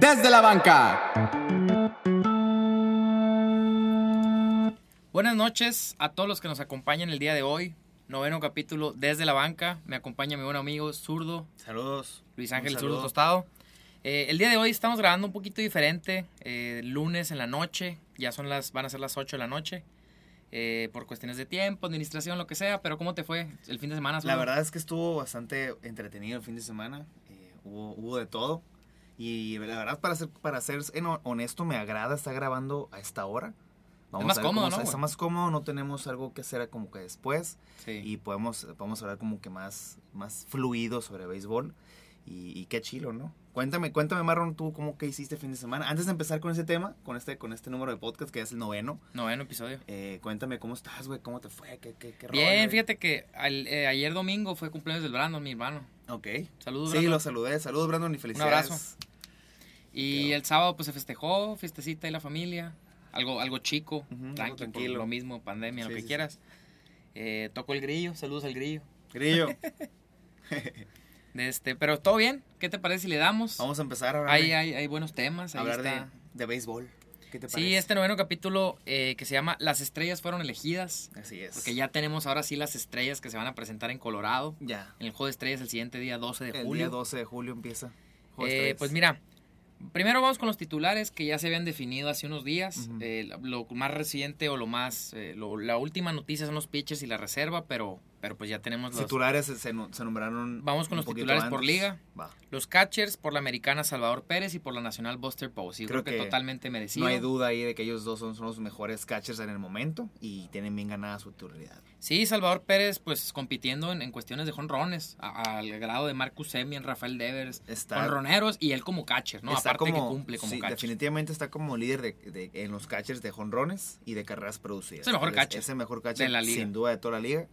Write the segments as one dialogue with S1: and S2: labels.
S1: desde la banca.
S2: Buenas noches a todos los que nos acompañan el día de hoy. Noveno capítulo desde la banca. Me acompaña mi buen amigo zurdo,
S3: Saludos.
S2: Luis
S3: Un
S2: Ángel Zurdo
S3: saludo.
S2: Tostado. Eh, el día de hoy estamos grabando un poquito diferente. eh, lunes en la noche. Ya son las, van a ser las 8 de la noche. eh, por cuestiones de tiempo, administración, lo que sea. Pero ¿cómo te fue el fin de semana?
S3: La
S2: Zurdo?
S3: verdad es que estuvo bastante entretenido el fin de semana. eh, hubo, hubo de todo. Y la verdad, para ser, para ser en- honesto, me agrada estar grabando a esta hora.
S2: más
S3: a ver cómo
S2: cómodo, ¿no,
S3: está, está
S2: güey?
S3: más cómodo, no tenemos algo que hacer como que después.
S2: Sí.
S3: Y podemos, podemos hablar como que más, más fluido sobre béisbol. Y, y qué chilo, ¿no? Cuéntame, cuéntame, Marron, tú cómo que hiciste el fin de semana. Antes de empezar con ese tema, con este, con este número de podcast que es el noveno,
S2: Noveno episodio.
S3: eh, cuéntame cómo estás, güey, cómo te fue, qué, qué, qué
S2: Bien,
S3: rollo?
S2: fíjate que al- eh, ayer domingo fue cumpleaños del Brandon, mi hermano.
S3: Ok.
S2: Saludos,
S3: Sí,
S2: Brandon.
S3: lo saludé. Saludos, Brandon, y felicidades.
S2: abrazo. Y el sábado pues se festejó, fiestecita y la familia, algo, algo chico,
S3: Ujú, algo
S2: tranqui, por
S3: tranquilo.
S2: lo mismo, pandemia,
S3: Sí,
S2: lo que
S3: sí, sí.
S2: quieras. Eh, tocó el grillo, saludos al grillo.
S3: Grillo,
S2: De este, pero todo bien, ¿qué te parece si le damos?
S3: vamos a empezar a hablar,
S2: Hay,
S3: de,
S2: hay, hay buenos temas,
S3: a
S2: ahí
S3: hablar
S2: está.
S3: de, de béisbol. ¿Qué te parece?
S2: Sí, este noveno capítulo eh, que se llama Las estrellas fueron elegidas,
S3: Así es.
S2: porque ya tenemos ahora sí las estrellas que se van a presentar en Colorado,
S3: Ya.
S2: en el juego de estrellas el siguiente día 12 de
S3: El
S2: julio.
S3: día 12 de julio empieza. Juego de
S2: Eh,
S3: estrellas.
S2: pues mira, primero vamos con los titulares que ya se habían definido hace unos días.
S3: Ujú.
S2: Eh, lo lo más reciente o lo más, eh, lo- la última noticia son los pitchers y la reserva, pero, pero pues ya tenemos
S3: Los
S2: los,
S3: titulares se, se nu- se nombraron.
S2: Vamos con
S3: un
S2: los
S3: poquito
S2: titulares por
S3: antes.
S2: liga.
S3: Va.
S2: los catchers por la americana Salvador Pérez y por la nacional Buster Posey. Yo Creo,
S3: Creo
S2: que,
S3: que
S2: totalmente merecido.
S3: No hay duda ahí de que ellos dos son, son los mejores catchers en el momento y tienen bien ganada su titularidad.
S2: Sí, Salvador Pérez pues compitiendo en, en cuestiones de jonrones, a- al grado de Marcus Semien, Rafael Devers,
S3: Está,
S2: jonroneros y él como catcher, ¿no?
S3: está
S2: Aparte
S3: como,
S2: que cumple como
S3: sí,
S2: catcher.
S3: definitivamente está como líder de, de- en los catchers de jonrones y de carreras producidas.
S2: Es el mejor
S3: Él
S2: catcher
S3: Es el mejor catcher
S2: de la liga.
S3: sin duda de toda la liga.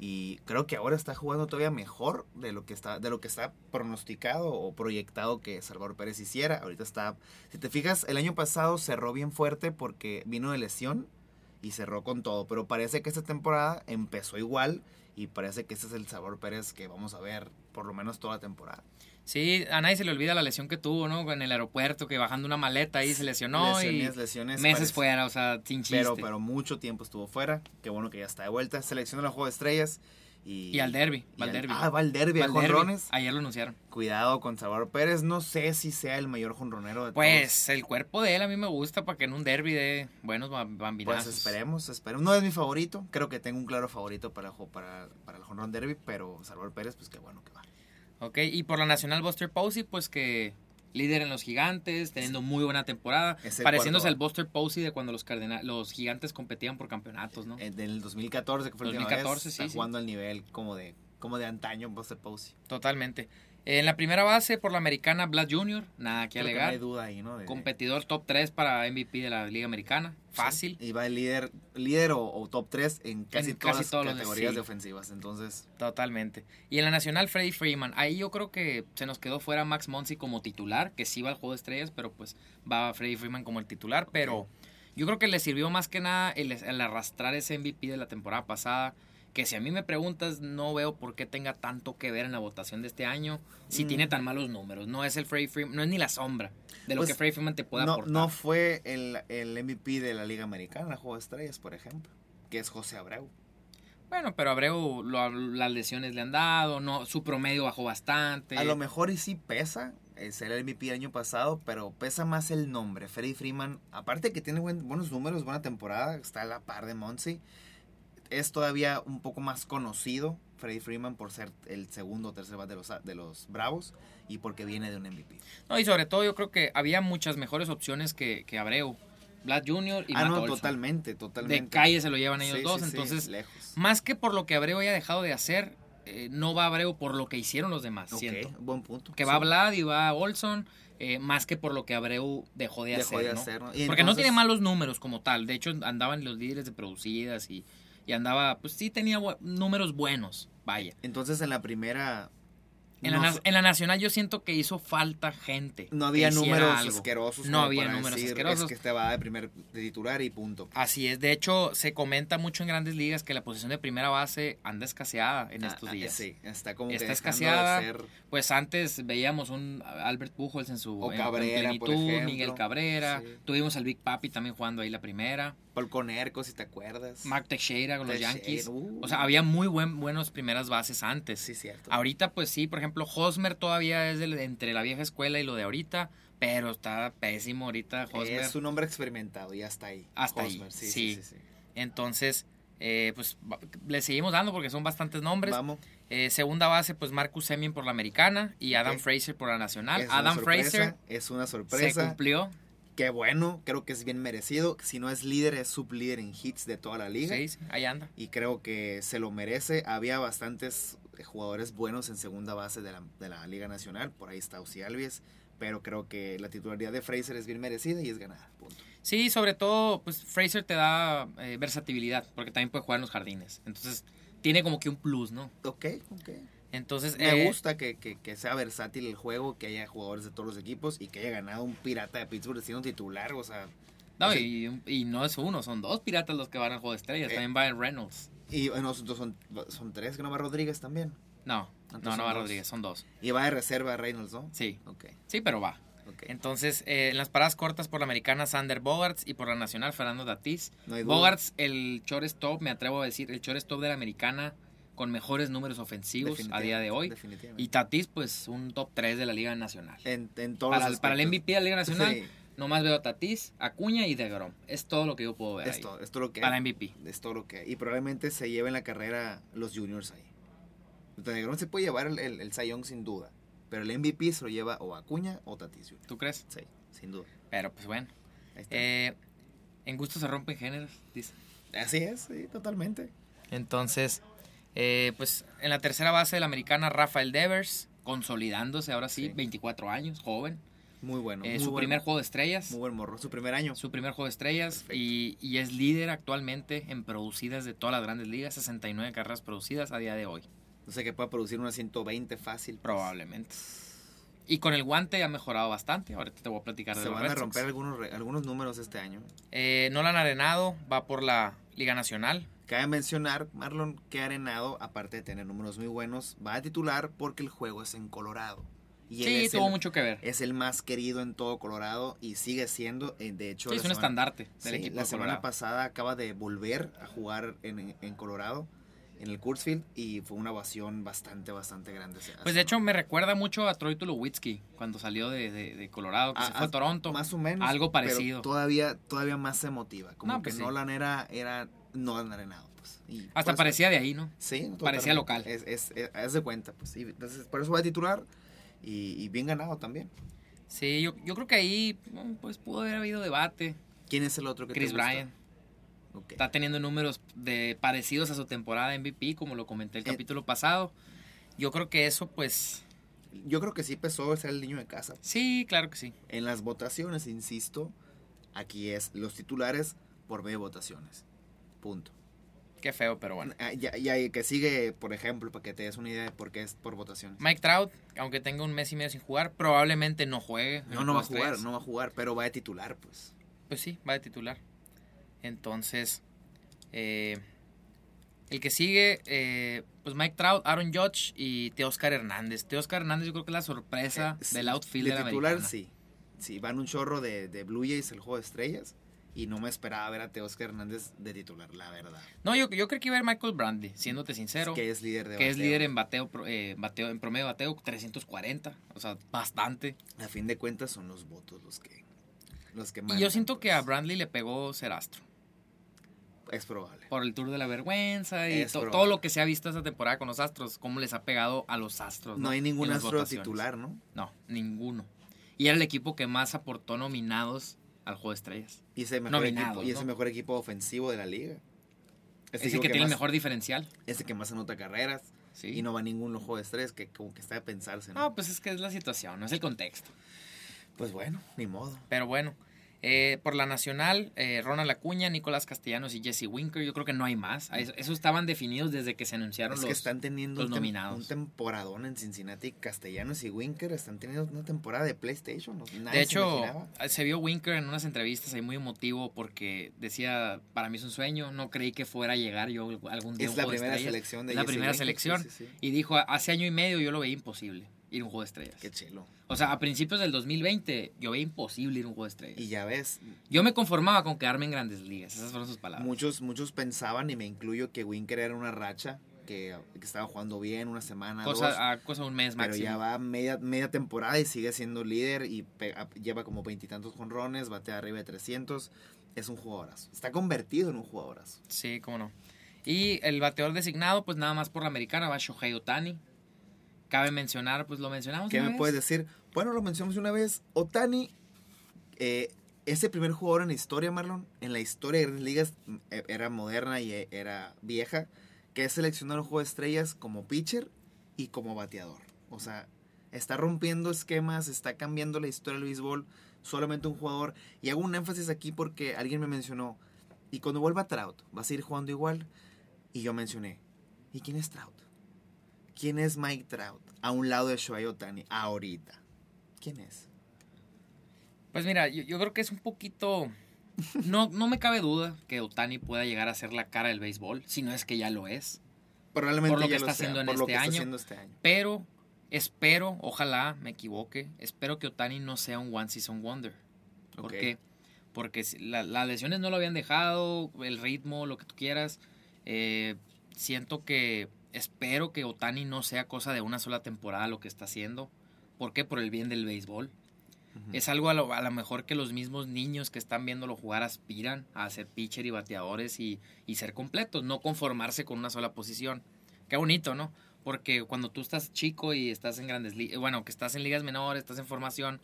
S3: Y creo que ahora está jugando todavía mejor de lo que está, de lo que está pronosticado o proyectado que Salvador Pérez hiciera. Ahorita está, si te fijas, el año pasado cerró bien fuerte porque vino de lesión y cerró con todo. Pero parece que esta temporada empezó igual y parece que ese es el Salvador Pérez que vamos a ver por lo menos toda la temporada.
S2: Sí, a nadie se le olvida la lesión que tuvo, ¿no? En el aeropuerto, que bajando una maleta ahí se lesionó
S3: lesiones,
S2: y
S3: lesiones.
S2: meses
S3: parece-
S2: fuera, o sea, sin chiste.
S3: Pero, pero mucho tiempo estuvo fuera. Qué bueno que ya está de vuelta. Seleccionó la Juego de Estrellas. Y,
S2: Y al derby,
S3: y
S2: va al derby.
S3: Ah, va al derby,
S2: Va
S3: a
S2: al derbi.
S3: jonrones.
S2: Ayer lo anunciaron.
S3: Cuidado con Salvador Pérez. No sé si sea el mayor jonronero de todos.
S2: Pues el cuerpo de él a mí me gusta para que en un derby de buenos ba- bambinazos.
S3: Pues esperemos, esperemos. No es mi favorito. Creo que tengo un claro favorito para, el ju- para, para el jonrón derby. Pero Salvador Pérez, pues qué bueno que va.
S2: Ok, y por la Nacional Buster Posey, pues que líder en los gigantes, teniendo muy buena temporada,
S3: Es el
S2: pareciéndose
S3: cuarto.
S2: al Buster Posey de cuando los, cardena- los gigantes competían por campeonatos, Pues, ¿no?
S3: Eh, Del 2014, que fue el
S2: 2014, sí,
S3: Está
S2: sí.
S3: jugando al nivel como de, como de antaño, Buster Posey.
S2: Totalmente. En la primera base, por la americana, Vlad Jr., nada que
S3: Creo que no hay
S2: alegar.
S3: duda ahí, ¿no? De- de-
S2: Competidor top 3 para MVP de la Liga Americana. Fácil.
S3: Y va el líder, líder o, o top 3 en casi
S2: En
S3: todas
S2: casi
S3: las
S2: todos los-
S3: categorías
S2: sí.
S3: de ofensivas. Entonces,
S2: Totalmente. Y en la Nacional, Freddy Freeman. Ahí yo creo que se nos quedó fuera Max Monsi como titular, que sí va al juego de estrellas, pero pues va Freddy Freeman como el titular. Pero yo creo que le sirvió más que nada el, el arrastrar ese MVP de la temporada pasada. Que si a mí me preguntas, no veo por qué tenga tanto que ver en la votación de este año si
S3: Mm.
S2: tiene tan malos números. No es el Freddy Freeman, no es ni la sombra de lo
S3: Pues,
S2: que Freddy Freeman te puede
S3: no,
S2: aportar.
S3: no fue el, el MVP de la Liga Americana, Juego de Estrellas, por ejemplo, que es José Abreu.
S2: Bueno, pero Abreu lo- las lesiones le han dado, no, su promedio bajó bastante.
S3: A lo mejor y sí pesa eh, ser el MVP el año pasado, pero pesa más el nombre. Freddy Freeman, aparte que tiene buen- buenos números, buena temporada, está a la par de Monsi. Es todavía un poco más conocido Freddy Freeman por ser el segundo o tercer bat de los, de los Bravos y porque viene de un MVP.
S2: No, y sobre todo yo creo que había muchas mejores opciones que, que Abreu. Vlad Jr. y
S3: ah,
S2: Matt
S3: no,
S2: Olson.
S3: totalmente, totalmente.
S2: De calle se lo llevan ellos
S3: Sí,
S2: dos.
S3: sí, sí,
S2: entonces,
S3: lejos.
S2: más que por lo que Abreu haya dejado de hacer, eh, no va Abreu por lo que hicieron los demás,
S3: Ok,
S2: siento.
S3: buen punto.
S2: Que va
S3: Sí,
S2: Vlad y va Olson, eh, más que por lo que Abreu dejó de
S3: dejó
S2: hacer.
S3: de
S2: ¿no?
S3: hacer, ¿no? Y
S2: Porque no
S3: entonces,
S2: tiene malos números como tal. De hecho, andaban los líderes de producidas y, y andaba, pues sí tenía bu- números buenos. Vaya.
S3: Entonces en la primera
S2: En,
S3: No
S2: la, na-
S3: sé.
S2: en la nacional yo siento que hizo falta gente. que
S3: No había
S2: hiciera
S3: números
S2: algo.
S3: asquerosos.
S2: No
S3: como
S2: había
S3: para
S2: números
S3: decir,
S2: asquerosos.
S3: Es que este va de primer de titular y punto.
S2: Así es, de hecho se comenta mucho en grandes ligas que la posición de primera base anda escaseada en
S3: Ah,
S2: estos
S3: ah,
S2: días.
S3: sí, está como
S2: Está
S3: que dejando de
S2: escaseada.
S3: ser-
S2: Pues antes veíamos un Albert Pujols en su
S3: O
S2: en-
S3: Cabrera,
S2: en
S3: por
S2: plenitud,
S3: ejemplo.
S2: Miguel Cabrera,
S3: Sí.
S2: tuvimos al Big Papi también jugando ahí la primera,
S3: Paul Conerco, si te acuerdas.
S2: Mark Teixeira con los
S3: Teixeira,
S2: Yankees.
S3: uh.
S2: O sea, había muy buen, buenos primeras bases antes.
S3: Sí, cierto.
S2: Ahorita, pues sí, por ejemplo, Hosmer todavía es del- entre la vieja escuela y lo de ahorita, pero está pésimo ahorita Hosmer.
S3: Es un hombre experimentado y hasta ahí.
S2: Hasta ahí,
S3: Hosmer,
S2: sí. Entonces, eh, pues va- le seguimos dando porque son bastantes nombres.
S3: Vamos.
S2: Eh, segunda base, pues Marcus Semien por la americana y Adam
S3: Ok.
S2: Fraser por la nacional.
S3: es una
S2: Adam
S3: sorpresa,
S2: Fraser
S3: Es una
S2: se
S3: sorpresa.
S2: cumplió.
S3: Qué bueno. Creo que es bien merecido. Si no es líder, es sublíder en hits de toda la liga.
S2: Sí, sí, ahí anda.
S3: Y creo que se lo merece. Había bastantes eh, jugadores buenos en segunda base de la, de la Liga Nacional. Por ahí está Uzi Alves. Pero creo que la titularidad de Fraser es bien merecida y es ganada. Punto.
S2: Sí, sobre todo, pues Fraser te da eh, versatilidad porque también puede jugar en los jardines. Entonces, tiene como que un plus, ¿no?
S3: Ok, ok.
S2: Entonces,
S3: Me
S2: eh,
S3: gusta que, que- que sea versátil el juego, que haya jugadores de todos los equipos y que haya ganado un pirata de Pittsburgh siendo titular. O sea,
S2: No,
S3: O sea-
S2: y, y no es uno, son dos piratas los que van al juego de estrellas.
S3: Eh.
S2: También va el Reynolds.
S3: y bueno, son, son, son tres, que no va Rodríguez también.
S2: No,
S3: Entonces
S2: no,
S3: son
S2: no va
S3: dos.
S2: Rodríguez, son dos.
S3: Y va de reserva Reynolds, ¿no?
S2: Sí,
S3: Ok,
S2: sí, pero va.
S3: ok.
S2: Entonces, eh, en las paradas cortas por la americana, Sander Bogarts y por la nacional, Fernando Tatís.
S3: No hay duda.
S2: Bogarts, el shortstop, me atrevo a decir, el shortstop de la americana con mejores números ofensivos a
S3: Definitivamente,
S2: día de hoy.
S3: definitivamente.
S2: Y Tatís, pues un top 3 de la Liga Nacional.
S3: en, en todos
S2: Para,
S3: los
S2: para el
S3: aspectos.
S2: MVP de la Liga Nacional,
S3: Sí,
S2: nomás veo a Tatís, Acuña y DeGrom. Es todo lo que yo puedo ver pues,
S3: es,
S2: ahí.
S3: todo, es todo lo que
S2: Para MVP.
S3: Es todo lo que Y probablemente se lleven la carrera los juniors ahí. De DeGrom se puede llevar el, el, el Cy Young sin duda. Pero el MVP se lo lleva o Acuña o Tatis Jr.
S2: ¿Tú crees?
S3: Sí, sin duda.
S2: Pero pues bueno.
S3: Ahí está.
S2: Eh, en gusto se rompen géneros, dice.
S3: Así es, sí, totalmente.
S2: Entonces, eh, pues en la tercera base de la americana, Rafael Devers, consolidándose ahora sí,
S3: Sí.
S2: 24 años, joven.
S3: Muy bueno.
S2: Eh,
S3: muy
S2: su
S3: buen-
S2: primer juego de estrellas.
S3: Muy buen morro. Su primer año.
S2: Su primer juego de estrellas
S3: Perfecto.
S2: y, y es líder actualmente en producidas de todas las grandes ligas, 69 carreras producidas a día de hoy,
S3: No sé que pueda producir una 120 fácil. pues.
S2: probablemente. Y con el guante ha mejorado bastante, ahorita te voy a platicar de
S3: Se
S2: los
S3: van a
S2: Red Sox.
S3: romper algunos, re- algunos números este año.
S2: Eh, Nolan Arenado va por la Liga Nacional,
S3: Cabe mencionar, Marlon, que Arenado, aparte de tener números muy buenos, va a titular porque el juego es en Colorado. Y él
S2: sí,
S3: es
S2: tuvo
S3: el,
S2: mucho que ver,
S3: Es el más querido en todo Colorado y sigue siendo, eh, de hecho...
S2: Sí,
S3: la
S2: es un
S3: semana-
S2: estandarte del
S3: Sí,
S2: equipo
S3: La
S2: de
S3: semana
S2: Colorado.
S3: pasada acaba de volver a jugar en, en Colorado, en el Kurzfield, y fue una ovación bastante, bastante grande.
S2: Pues de hecho me recuerda mucho a Troy Tulowitzki cuando salió de, de- de Colorado, que
S3: Ah,
S2: se fue a
S3: ah,
S2: Toronto.
S3: Más o menos.
S2: Algo
S3: pero
S2: parecido.
S3: todavía, todavía más emotiva. Como
S2: No,
S3: que
S2: pues sí.
S3: Nolan era, era Nolan Arenado. Pues. Y por
S2: Hasta
S3: eso-
S2: parecía de ahí, ¿no?
S3: Sí, no,
S2: parecía
S3: totalmente.
S2: local.
S3: Es, es, es- haz de cuenta, pues. Y entonces, por eso va a titular y, y bien ganado también.
S2: Sí, yo, yo creo que ahí mm, pues pudo haber habido debate.
S3: ¿Quién es el otro que te
S2: Chris
S3: gusta?
S2: Bryant
S3: Ok.
S2: está teniendo números de parecidos a su temporada de MVP, como lo comenté el
S3: Eh.
S2: capítulo pasado. Yo creo que eso, pues,
S3: Yo creo que sí pesó ser el niño de casa.
S2: sí, claro que sí.
S3: En las votaciones, insisto, aquí es los titulares por medio de votaciones. Punto.
S2: Qué feo, pero bueno.
S3: Ah, Ya, ya, y que sigue, por ejemplo, para que te des una idea de por qué es por votaciones.
S2: Mike Trout, aunque tenga un mes y medio sin jugar, probablemente no juegue. en
S3: No,
S2: el
S3: no va
S2: juego
S3: a
S2: de
S3: jugar,
S2: estrellas.
S3: no va a jugar, pero va de titular, pues.
S2: Pues sí, va de titular. Entonces, eh, el que sigue, eh, pues Mike Trout, Aaron Judge y Teoscar Hernández. Teoscar Hernández yo creo que es la sorpresa
S3: Eh, sí,
S2: del outfield de
S3: de
S2: la
S3: titular,
S2: americana.
S3: sí. Sí, van un chorro de, de Blue Jays el juego de estrellas. Y no me esperaba ver a Teóscar Hernández de titular, la verdad.
S2: No, yo, yo creo que iba a ver Michael Brandy, siéndote sincero,
S3: que es líder de
S2: que es
S3: bateo.
S2: líder en bateo, pro- eh, bateo, en promedio de bateo, 340, o sea, bastante.
S3: A fin de cuentas son los votos los que los que
S2: Y
S3: mandan,
S2: yo siento que a
S3: pues.
S2: Brandy le pegó Serastro
S3: es probable.
S2: por el Tour de la Vergüenza y
S3: Es
S2: to- todo
S3: probable.
S2: lo que se ha visto esta temporada con los Astros, cómo les ha pegado a los Astros.
S3: No hay ningún
S2: En las
S3: astro
S2: votaciones.
S3: titular, ¿no?
S2: No, ninguno. Y era el equipo que más aportó nominados al juego de estrellas.
S3: Y es el mejor,
S2: Nominados,
S3: equipo, y es el
S2: ¿no?
S3: mejor equipo ofensivo de la liga.
S2: Es, el
S3: equipo
S2: que, tiene el
S3: más-
S2: mejor diferencial.
S3: Es el que más anota carreras
S2: Sí.
S3: y no va a ningún juego de estrellas, que como que está de pensarse, ¿no?
S2: No, pues es que es la situación, no es el contexto.
S3: Pues bueno, ni modo.
S2: Pero bueno, Eh, por la Nacional, eh, Ronald Acuña, Nicolás Castellanos y Jesse Winker. Yo creo que no hay más. Eso- Esos estaban definidos desde que se anunciaron
S3: Es
S2: los.
S3: que están teniendo
S2: los
S3: un, tem-
S2: nominados.
S3: un temporadón en Cincinnati. Castellanos y Winker están teniendo una temporada de PlayStation. no- nadie
S2: De
S3: se
S2: hecho,
S3: imaginaba.
S2: eh, se vio Winker en unas entrevistas ahí muy emotivo porque decía, para mí es un sueño, no creí que fuera a llegar yo algún día a
S3: es
S2: un
S3: la
S2: juego de
S3: primera
S2: estrellas".
S3: selección de
S2: Es la
S3: Jesse
S2: primera
S3: Winker, sí,
S2: selección.
S3: sí, sí.
S2: Y dijo, hace año y medio yo lo veía imposible ir a un juego de estrellas.
S3: Qué chelo.
S2: O sea, a principios del 2020 yo veía imposible ir a un juego de estrellas.
S3: Y ya ves,
S2: Yo me conformaba con quedarme en grandes ligas, esas fueron sus palabras.
S3: muchos, muchos pensaban, y me incluyo, que Winker era una racha, que, que estaba jugando bien una semana, dos.
S2: cosa, a cosa de un mes
S3: Pero
S2: máximo.
S3: ya va media, media temporada y sigue siendo líder y pe- a- lleva como veintitantos jonrones, batea arriba de 300. Es un jugadorazo. Está convertido en un jugadorazo.
S2: Sí, cómo no. Y el bateador designado, pues nada más por la americana, va Shohei Otani. Cabe mencionar, pues lo mencionamos.
S3: ¿Qué
S2: una
S3: me
S2: vez.
S3: puedes decir? Bueno, lo mencionamos una vez. Otani eh, es el primer jugador en la historia, Marlon. En la historia de Grandes Ligas mm, e- era moderna y e- era vieja. Que es seleccionado un juego de estrellas como pitcher y como bateador. O sea, está rompiendo esquemas, está cambiando la historia del béisbol. Solamente un jugador. Y hago un énfasis aquí porque alguien me mencionó. Y cuando vuelva Trout, va a seguir jugando igual. Y yo mencioné. ¿Y quién es Trout? ¿Quién es Mike Trout? A un lado de Shohei Otani, ahorita. ¿Quién es?
S2: Pues mira, yo, yo creo que es un poquito. No, no me cabe duda que Otani pueda llegar a ser la cara del béisbol, si no es que ya lo es.
S3: Probablemente
S2: Por lo
S3: ya
S2: que está
S3: sea,
S2: haciendo en
S3: por lo
S2: este
S3: que está
S2: año.
S3: haciendo este año.
S2: Pero espero, ojalá me equivoque, espero que Otani no sea un One Season Wonder. ¿Por
S3: Ok.
S2: qué? Porque si- la- las lesiones no lo habían dejado, el ritmo, lo que tú quieras. Eh, siento que espero que Otani no sea cosa de una sola temporada lo que está haciendo. ¿Por qué? Por el bien del béisbol.
S3: Ujú.
S2: Es algo a lo, a lo mejor que los mismos niños que están viéndolo jugar aspiran a ser pitcher y bateadores y, y ser completos, no conformarse con una sola posición. Qué bonito, ¿no? Porque cuando tú estás chico y estás en grandes ligas, bueno, que estás en ligas menores, estás en formación,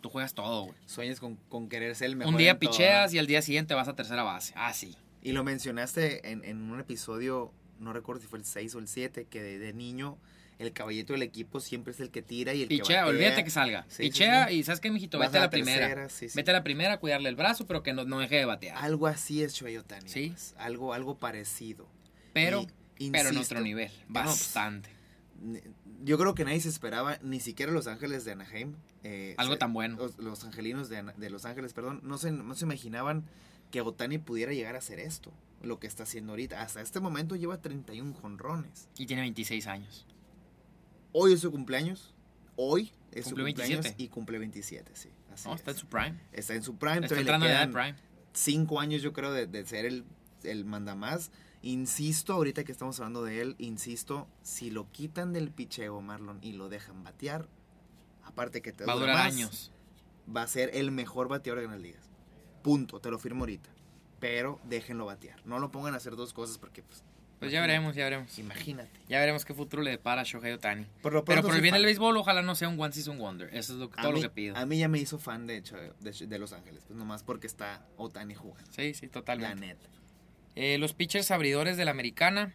S2: tú juegas todo, güey.
S3: Sueñas con, con querer ser el mejor.
S2: Un día
S3: en todo,
S2: picheas y al día siguiente vas a tercera base. Ah, sí.
S3: ¿no? Y lo mencionaste en, en un episodio, no recuerdo si fue el 6 o el 7, que de, de niño el caballito del equipo siempre es el que tira y el que
S2: Pichea,
S3: batea.
S2: olvídate que salga.
S3: Sí, sí,
S2: pichea
S3: sí.
S2: y sabes qué, mijito,
S3: Vas
S2: vete a la, primera.
S3: tercera, sí, sí.
S2: Vete a la primera, cuidarle el brazo, pero que no, no deje de batear.
S3: Algo así es Shohei Otani.
S2: Sí.
S3: pues. Algo, algo parecido.
S2: Pero,
S3: Y,
S2: pero en
S3: insisto,
S2: otro nivel.
S3: pues,
S2: Bastante.
S3: ni- Yo creo que nadie se esperaba, ni siquiera Los Ángeles de Anaheim. eh,
S2: Algo
S3: se-
S2: tan bueno.
S3: los, los angelinos de, Ana- de Los Ángeles, perdón, no se, no se imaginaban que Otani pudiera llegar a hacer esto, lo que está haciendo ahorita. Hasta este momento lleva 31 jonrones.
S2: Y tiene 26 años.
S3: Hoy es su cumpleaños, hoy
S2: Cumple
S3: es su cumpleaños
S2: 27.
S3: y cumple 27, sí. así
S2: No,
S3: es.
S2: está en su prime.
S3: Está en su prime,
S2: Está
S3: todavía
S2: entrando en
S3: le
S2: edad
S3: quedan
S2: prime.
S3: 5 años yo creo de, de ser el, el mandamás. Insisto, ahorita que estamos hablando de él, insisto, si lo quitan del picheo, Marlon, y lo dejan batear, aparte que te
S2: Va a
S3: dura
S2: durar
S3: más,
S2: años.
S3: va a ser el mejor bateador de Grandes Ligas. Punto, te lo firmo ahorita. Pero déjenlo batear. No lo pongan a hacer dos cosas porque, pues,
S2: Pues ya veremos, ya veremos.
S3: imagínate.
S2: Ya veremos qué futuro le depara a Shohei Otani.
S3: Por lo
S2: Pero
S3: pronto
S2: por
S3: soy
S2: el bien
S3: fan.
S2: del béisbol, ojalá no sea un One Season Wonder. Eso es lo que,
S3: A
S2: todo
S3: mí-
S2: lo que pido.
S3: A mí ya me hizo fan, de hecho, de, de Los Ángeles. Pues nomás porque está Otani jugando.
S2: Sí, sí,
S3: La
S2: totalmente.
S3: neta.
S2: Eh, los pitchers abridores de la americana.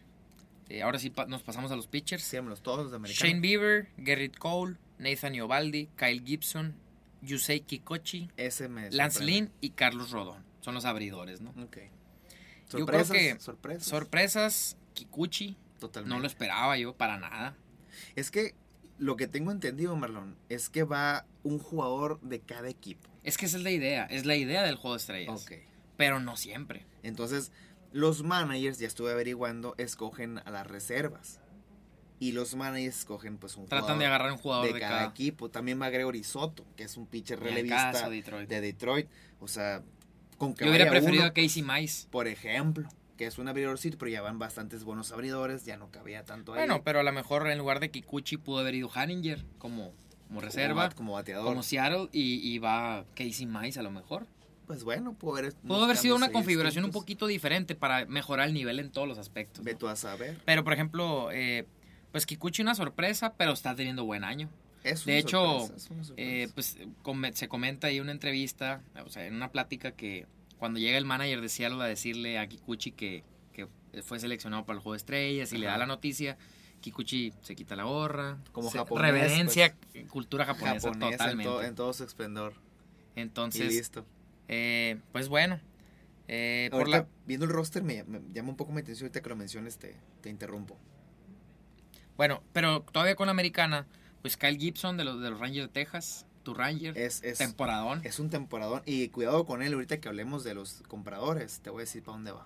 S2: Eh, ahora sí pa- nos pasamos a los pitchers.
S3: Siémoslos todos los
S2: Shane
S3: americanos.
S2: Bieber, Gerrit Cole, Nathan Iovaldi, Kyle Gibson, Yusei Kikuchi,
S3: Ese me
S2: Lance
S3: sorprende.
S2: Lynn y Carlos Rodón. Son los abridores, ¿no?
S3: Ok.
S2: Yo creo
S3: Sorpresas,
S2: que-
S3: sorpresas.
S2: Sorpresas, Kikuchi.
S3: Totalmente.
S2: No lo esperaba yo para nada.
S3: Es que lo que tengo entendido, Marlon, es que va un jugador de cada equipo.
S2: Es que esa es la idea. Es la idea del juego de estrellas.
S3: Ok.
S2: Pero no siempre.
S3: Entonces, los managers, ya estuve averiguando, escogen a las reservas. Y los managers escogen pues un
S2: Tratan de
S3: jugador
S2: agarrar un jugador de,
S3: de cada, equipo. También va Gregory Soto, que es un pitcher
S2: Ni al caso,
S3: relevista
S2: Detroit.
S3: de Detroit. O sea, con que
S2: Yo hubiera
S3: vaya
S2: preferido
S3: uno,
S2: a Casey Mice.
S3: por ejemplo, que es un abridorcito, pero ya van bastantes buenos abridores, ya no cabía tanto ahí.
S2: Bueno, pero a lo mejor en lugar de Kikuchi pudo haber ido Hanninger como, como
S3: Como
S2: reserva,
S3: bat- como bateador.
S2: como Seattle, y, y va Casey Mice a lo mejor.
S3: Pues bueno, pudo haber,
S2: Pudo haber sido una configuración un poquito diferente para mejorar el nivel en todos los aspectos. ¿no?
S3: Ve tú a saber.
S2: Pero, por ejemplo, eh, pues Kikuchi una sorpresa, pero está teniendo buen año.
S3: Es
S2: De
S3: una
S2: hecho,
S3: sorpresa, es una
S2: Eh,
S3: sorpresa.
S2: pues come- se comenta ahí en una entrevista, o sea, en una plática que cuando llega el manager de Seattle a decirle a Kikuchi que, que fue seleccionado para el juego de estrellas y le da
S3: Ajá.
S2: la noticia, Kikuchi se quita la gorra,
S3: Como
S2: se-
S3: japonés, pues.
S2: reverencia, cultura pues, japonesa
S3: Japonés en,
S2: totalmente.
S3: todo- en todo su esplendor. Y
S2: Entonces,
S3: listo.
S2: Eh, pues bueno. eh, por
S3: Ahorita,
S2: la,
S3: viendo el roster, me, me llama un poco mi atención. Ahorita que lo menciones, te, te interrumpo.
S2: bueno, pero todavía con la americana, pues Kyle Gibson de los, de los Rangers de Texas, tu Ranger,
S3: Es, es,
S2: temporadón.
S3: es un temporadón. Y cuidado con él. Ahorita que hablemos de los compradores, te voy a decir para dónde va.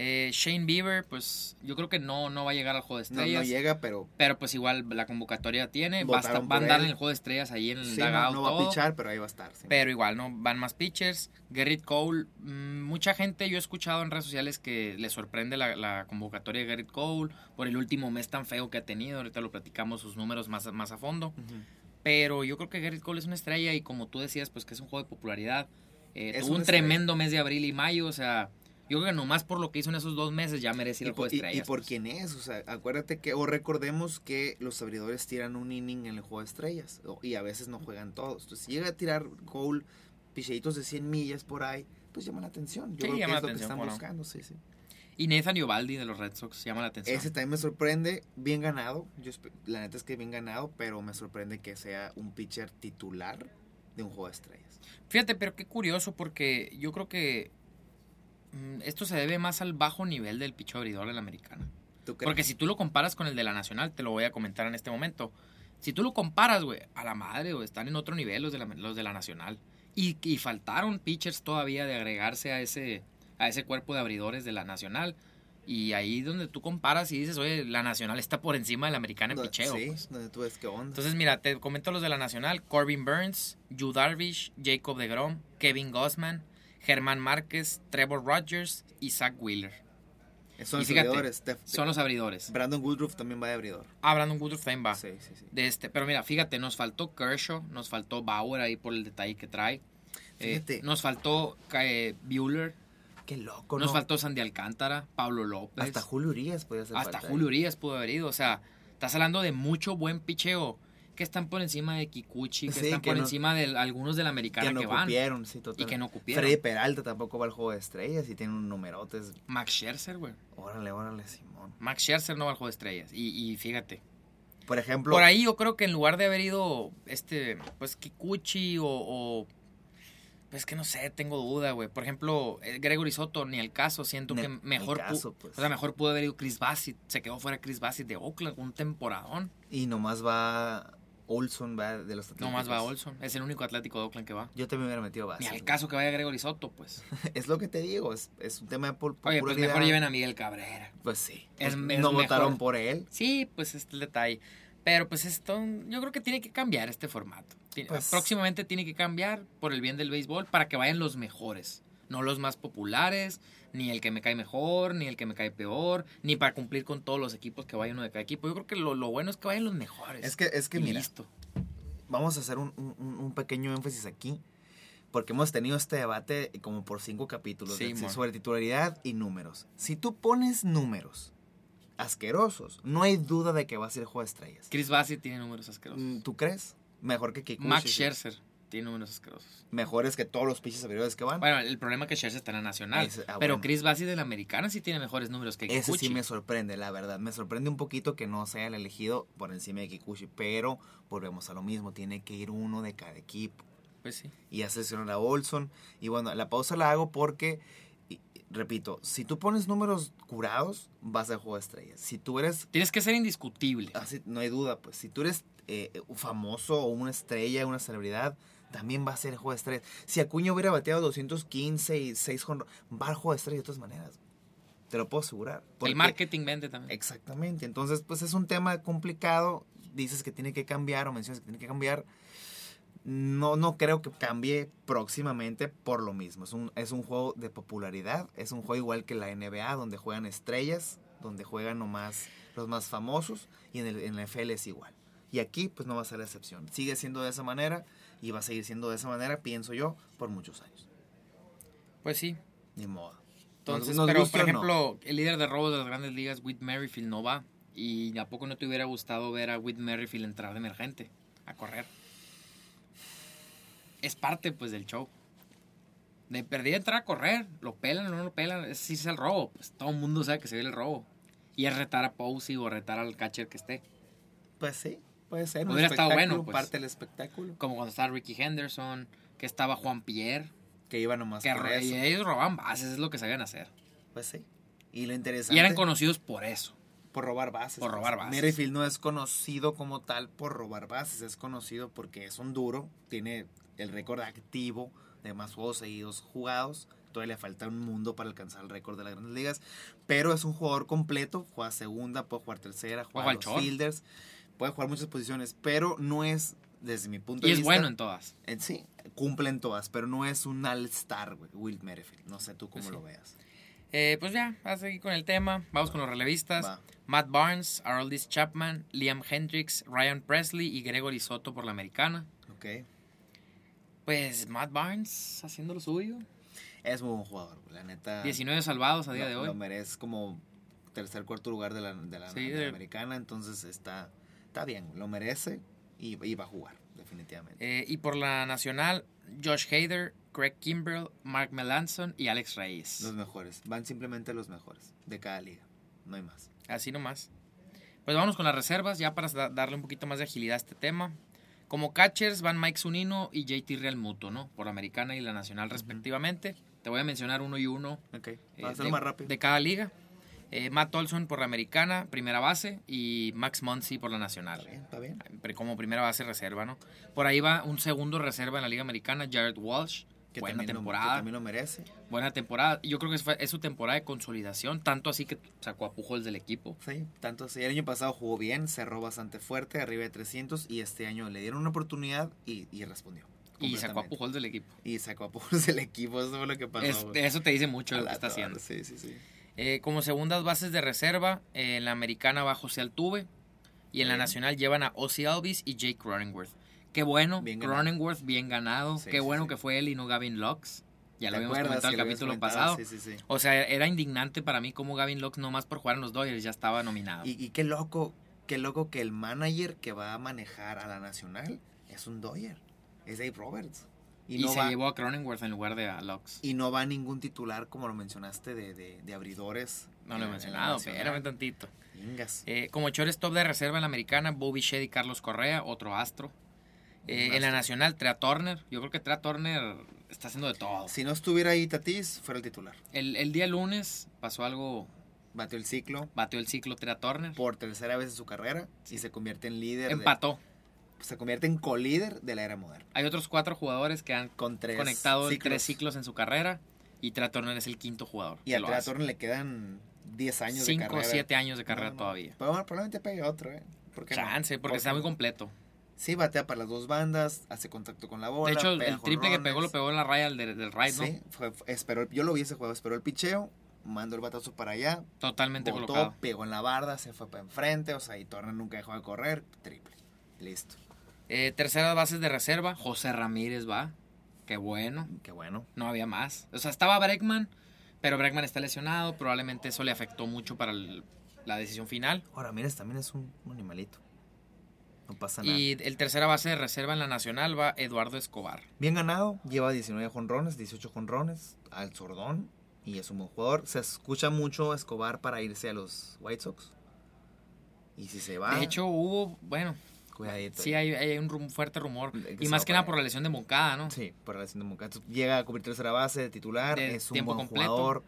S2: Eh, Shane Bieber, pues yo creo que no, no va a llegar al juego de
S3: No, no
S2: estrellas.
S3: llega, pero
S2: pero pues igual la convocatoria tiene. Va a, estar-
S3: Votaron
S2: va a
S3: por
S2: andar
S3: él.
S2: en el juego de estrellas ahí en el
S3: sí, no,
S2: dugout,
S3: no va a
S2: todo.
S3: pichar, pero ahí va a estar. sí.
S2: Pero igual, ¿no? Van más pitchers. Gerrit Cole. mm, Mucha gente, yo he escuchado en redes sociales que le sorprende la, la convocatoria de Gerrit Cole por el último mes tan feo que ha tenido. Ahorita lo platicamos sus números más, a- más a fondo.
S3: Ujú.
S2: Pero yo creo que Gerrit Cole es una estrella y como tú decías, pues que es un juego de popularidad. Eh,
S3: Es
S2: tuvo un
S3: una estrella.
S2: tremendo mes de abril y mayo. O sea, yo creo que nomás por lo que hizo en esos dos meses ya merece ir
S3: Y
S2: al juego
S3: por,
S2: de
S3: y- y
S2: estrellas.
S3: por
S2: pues.
S3: quién es, o sea, acuérdate que, o recordemos que los abridores tiran un inning en el juego de estrellas, o- y a veces no juegan todos. Entonces, si llega a tirar Cole pichaditos de 100 millas por ahí, pues llama la atención.
S2: Sí,
S3: Yo creo que es
S2: llama la
S3: lo que
S2: atención,
S3: están
S2: ¿cómo no?
S3: buscando, sí, sí.
S2: Y Nathan Iovaldi de los Red Sox llama la atención.
S3: Ese también me sorprende, bien ganado. Yo, espe- la neta es que bien ganado, pero me sorprende que sea un pitcher titular de un juego de estrellas.
S2: Fíjate, pero qué curioso porque yo creo que mm, esto se debe más al bajo nivel del picho abridor de la americana.
S3: ¿Tú crees?
S2: Porque si tú lo comparas con el de la nacional, te lo voy a comentar en este momento. Si tú lo comparas, güey, a la madre, güey, están en otro nivel los de la, los de la nacional. Y, y faltaron pitchers todavía de agregarse a ese, a ese cuerpo de abridores de la nacional. Y ahí donde tú comparas y dices, oye, la nacional está por encima de la americana en
S3: Donde-
S2: picheo.
S3: sí,
S2: pues.
S3: donde tú ves qué onda.
S2: Entonces, mira, te comento los de la Nacional. Corbin Burns, Yu Darvish, Jacob DeGrom, Kevin Gossman, Germán Márquez, Trevor Rogers y Zach Wheeler.
S3: Eh, son
S2: y
S3: los
S2: fíjate,
S3: abridores. Te-
S2: Son los abridores.
S3: Brandon Woodruff también va de abridor.
S2: Ah, Brandon Woodruff también va.
S3: Sí, sí, sí.
S2: De este, pero mira, fíjate, nos faltó Kershaw, nos faltó Bauer ahí por el detalle que trae. Eh,
S3: Fíjate.
S2: nos faltó eh, Bueller,
S3: Qué loco,
S2: nos
S3: ¿no?
S2: faltó Sandy Alcántara, Pablo López.
S3: Hasta Julio Urias podía ser
S2: Hasta Julio Urias pudo haber ido. O sea, estás hablando de mucho buen picheo. Que están por encima de Kikuchi, que
S3: Sí,
S2: están
S3: que
S2: por
S3: no-
S2: encima de algunos de la americana
S3: Que
S2: que,
S3: no
S2: van.
S3: cupieron, sí, total.
S2: Y que no cupieron.
S3: Freddy Peralta tampoco va al juego de estrellas y tiene un numerote. es-
S2: Max Scherzer, güey.
S3: Órale, órale, Simón.
S2: Max Scherzer no va al juego de estrellas. Y, y fíjate.
S3: Por ejemplo,
S2: Por ahí yo creo que en lugar de haber ido, este, pues Kikuchi o. o- pues que no sé, tengo duda, güey. Por ejemplo, eh, Gregory Soto, ni el caso. Siento
S3: ni-
S2: que
S3: ni
S2: mejor. pu-
S3: caso, pues.
S2: O sea, mejor pudo haber ido Chris Bassett. Se quedó fuera Chris Bassett de Oakland, un temporadón.
S3: Y nomás va Olson, va de los
S2: No más va
S3: Atléticos.
S2: Olson. Es el único atlético de Oakland que va.
S3: Yo también me hubiera metido
S2: Ni
S3: base.
S2: al caso que vaya Gregory Soto, pues.
S3: Es lo que te digo, es, es un tema de pol-
S2: Oye, pues
S3: popularidad.
S2: mejor lleven a Miguel Cabrera.
S3: Pues sí.
S2: Es-
S3: Pues no
S2: es
S3: votaron
S2: mejor.
S3: por él.
S2: Sí, pues este es el detalle. Pero pues esto, yo creo que tiene que cambiar este formato. Ti-
S3: Pues-
S2: Próximamente tiene que cambiar por el bien del béisbol para que vayan los mejores. No los más populares, ni el que me cae mejor, ni el que me cae peor, ni para cumplir con todos los equipos que vaya uno de cada equipo. Yo creo que lo, lo bueno es que vayan los mejores.
S3: Es que, es que
S2: Y
S3: mira,
S2: listo.
S3: vamos a hacer un, un- un pequeño énfasis aquí, porque hemos tenido este debate como por cinco capítulos
S2: Sí,
S3: de-
S2: mon.
S3: sobre titularidad y números. Si tú pones números asquerosos, no hay duda de que va a ser juego de estrellas.
S2: Chris Bassett tiene números
S3: Mm,
S2: asquerosos.
S3: ¿Tú crees? Mejor que Kikuchi.
S2: Max
S3: sí.
S2: Scherzer tiene números asquerosos.
S3: Mejores que todos los pinches abridores que van.
S2: Bueno, el problema es que Scherzer está en la nacional.
S3: Ese- ah,
S2: pero
S3: bueno.
S2: Chris Bassett de la americana sí tiene mejores números que
S3: Ese sí
S2: Kikuchi.
S3: me sorprende, la verdad. Me sorprende un poquito que no sea el elegido por encima de Kikuchi, pero volvemos a lo mismo. Tiene que ir uno de cada equipo.
S2: Pues sí.
S3: y ya seleccionaron a Olson. Y bueno, la pausa la hago porque, y- y repito, si tú pones números curados, vas al juego de estrellas. Si tú eres,
S2: Tienes que ser indiscutible.
S3: así, no hay duda, pues, si tú eres eh, un famoso o una estrella, una celebridad, también va a ser el juego de estrellas. Si Acuña hubiera bateado 215 y 6 con va al juego de estrellas de todas maneras. Te lo puedo asegurar.
S2: El
S3: Porque- Eh,
S2: marketing vende también.
S3: Exactamente. Entonces, pues es un tema complicado. Dices que tiene que cambiar o mencionas que tiene que cambiar. No, no creo que cambie próximamente por lo mismo. Es un, es un juego de popularidad. Es un juego igual que la NBA, donde juegan estrellas, donde juegan nomás los más famosos. Y en, el, en la FL es igual. Y aquí, pues no va a ser la excepción. Sigue siendo de esa manera y va a seguir siendo de esa manera, pienso yo, por muchos años.
S2: Pues sí.
S3: Ni modo.
S2: Entonces,
S3: Nos- nos
S2: pero
S3: guste
S2: por
S3: o no.
S2: ejemplo, el líder de robos de las grandes ligas, Whit Merrifield, no va. ¿Y a poco no te hubiera gustado ver a Whit Merrifield entrar de emergente a correr? Es parte, pues, del show. De perdida entrar a correr, lo pelan o no lo pelan, es, sí es el robo. Pues todo el mundo sabe que se ve el robo. Y es retar a Posey o retar al catcher que esté.
S3: Pues sí, puede ser. un
S2: Hubiera estado bueno,
S3: espectáculo,
S2: pues.
S3: Parte del espectáculo.
S2: Como cuando estaba Ricky Henderson, que estaba Juan Pierre.
S3: que iba nomás
S2: Que
S3: por
S2: ro- y
S3: eso.
S2: ellos robaban bases, es lo que sabían hacer.
S3: Pues sí. Y lo interesante.
S2: Y eran conocidos por eso.
S3: Por robar bases.
S2: Por robar bases.
S3: Merrifield no es conocido como tal por robar bases, es conocido porque es un duro, tiene el récord activo de más juegos seguidos jugados. Todavía le falta un mundo para alcanzar el récord de las grandes ligas. Pero es un jugador completo, juega segunda, puede jugar tercera, juega
S2: jugar
S3: a los
S2: short.
S3: fielders, puede jugar muchas posiciones, pero no es, desde mi punto
S2: Y
S3: de
S2: es
S3: vista.
S2: bueno en todas.
S3: en sí, cumplen todas, pero no es un all-star, güey, Will Merrifield. No sé tú cómo
S2: Pues sí.
S3: lo veas.
S2: Eh, pues ya, a seguir con el tema. Vamos con los relevistas.
S3: Va.
S2: Matt Barnes, Aroldis Chapman, Liam Hendricks, Ryan Presley y Gregory Soto por la americana.
S3: Ok.
S2: Pues Matt Barnes haciendo lo suyo.
S3: Es muy buen jugador, güey, la neta.
S2: 19 salvados a día
S3: lo,
S2: de
S3: lo
S2: hoy.
S3: merece como tercer, cuarto lugar de la, de la,
S2: Sí,
S3: de la
S2: de-
S3: americana. Entonces está, está bien, lo merece y, y va a jugar, definitivamente.
S2: Eh, y por la nacional, Josh Hader, Craig Kimbrell, Mark Melanson y Alex Reyes.
S3: Los mejores, van simplemente los mejores de cada liga, no hay más.
S2: Así nomás. Pues vamos con las reservas, ya para da- darle un poquito más de agilidad a este tema. Como catchers van Mike Zunino y JT Realmuto, ¿no? Por la americana y la nacional respectivamente. Te voy a mencionar uno y uno
S3: Ok,
S2: eh,
S3: va a ser
S2: de,
S3: más rápido.
S2: de cada liga. Eh, Matt Olson por la americana, primera base, y Max Muncy por la nacional.
S3: Está bien, está bien.
S2: Pre- Como primera base reserva, ¿no? Por ahí va un segundo reserva en la liga americana, Jared Walsh.
S3: Que
S2: buena
S3: también lo- que
S2: temporada.
S3: también lo merece.
S2: Buena temporada. Yo creo que es, fue- es su temporada de consolidación, tanto así que sacó a Pujols del equipo.
S3: Sí, tanto así. El año pasado jugó bien, cerró bastante fuerte, arriba de 300, y este año le dieron una oportunidad y, y respondió.
S2: Y sacó a
S3: completamente.
S2: Pujols del equipo.
S3: Y sacó a Pujols del equipo, eso fue lo que pasó.
S2: Es-
S3: Pues güey.
S2: eso te dice mucho
S3: A
S2: lo
S3: la
S2: que está
S3: torre,
S2: haciendo.
S3: Sí, sí, sí.
S2: Eh, como segundas bases de reserva, eh, en la americana va José Altuve. Y en la
S3: Bien.
S2: nacional llevan a Ozzy Alvis y Jake Cronenworth. Qué bueno,
S3: Bien ganado.
S2: Cronenworth bien ganado.
S3: Sí,
S2: Qué
S3: sí,
S2: bueno
S3: sí.
S2: que fue él y no Gavin Locks. Ya
S3: ¿Te
S2: lo habíamos
S3: acuerdas
S2: comentado
S3: que
S2: el
S3: lo habías
S2: capítulo
S3: comentado?
S2: pasado.
S3: Sí, sí, sí.
S2: O sea, era indignante para mí cómo Gavin Locks, nomás por jugar en los Dodgers, ya estaba nominado.
S3: Y, y qué loco, qué loco que el manager que va a manejar a la nacional es un Doyer, es Dave Roberts. Y,
S2: Y
S3: no,
S2: se
S3: va,
S2: llevó a Cronenworth en lugar de a Locks.
S3: y no va ningún titular, como lo mencionaste, de, de- de abridores.
S2: No lo he
S3: en- en la
S2: mencionado,
S3: nacional.
S2: espérame tantito.
S3: Ingas.
S2: Eh, como shortstop de reserva en la americana, Bobby Shedd y Carlos Correa, otro astro. Eh,
S3: Un
S2: en la
S3: astro.
S2: nacional, Trea Turner. Yo creo que Trea Turner está haciendo de todo.
S3: Si no estuviera ahí Tatis, fuera el titular.
S2: El, el día lunes pasó algo,
S3: Batió el ciclo
S2: batió el ciclo Trea Turner.
S3: por tercera vez en su carrera y se convierte en líder. de-
S2: Empató.
S3: se convierte en colíder de la era moderna.
S2: Hay otros cuatro jugadores que han
S3: Con tres
S2: conectado en
S3: ciclos.
S2: tres ciclos en su carrera y Trea Turner es el quinto jugador.
S3: Y
S2: que
S3: a
S2: lo
S3: Trea
S2: hace.
S3: Turner le quedan 10 años de
S2: Cinco o
S3: carrera.
S2: siete años de carrera
S3: No, no.
S2: todavía.
S3: Pero bueno, probablemente pegue otro, ¿eh? ¿Por qué no?
S2: Chance, porque
S3: ¿Por
S2: está
S3: qué
S2: muy
S3: no?
S2: completo.
S3: Sí, batea para las dos bandas, hace contacto con la bola.
S2: de hecho,
S3: pega
S2: el triple que pegó lo
S3: jonrones.
S2: pegó en la raya del, del right, ¿no?
S3: Sí, fue- fue- esperó, el- yo lo vi ese juego, esperó el picheo, mandó el batazo para allá,
S2: Totalmente
S3: botó,
S2: colocado.
S3: pegó en la barda, se fue para enfrente, o sea, y Turner nunca dejó de correr, triple. Listo.
S2: Eh, terceras bases de reserva, José Ramírez va. Qué bueno,
S3: Qué bueno.
S2: no había más. O sea, estaba Bregman, pero Bregman está lesionado. Probablemente eso le afectó mucho para el- la decisión final.
S3: Ahora, Mires también es un, un animalito. No pasa nada.
S2: Y el tercera base de reserva en la nacional va Eduardo Escobar.
S3: Bien ganado, lleva 19 jonrones, 18 jonrones al sordón y es un buen jugador. Se escucha mucho a Escobar para irse a los White Sox. Y si se va,
S2: De hecho, hubo, bueno,
S3: cuidadito.
S2: sí hay, hay un rum- fuerte rumor.
S3: De que
S2: Y
S3: se
S2: más
S3: va
S2: que
S3: para
S2: nada por la lesión de Moncada, ¿no?
S3: Sí, por la lesión de Moncada. Entonces, Llega a cubrir tercera base de titular,
S2: De
S3: es un
S2: tiempo
S3: buen
S2: completo.
S3: jugador.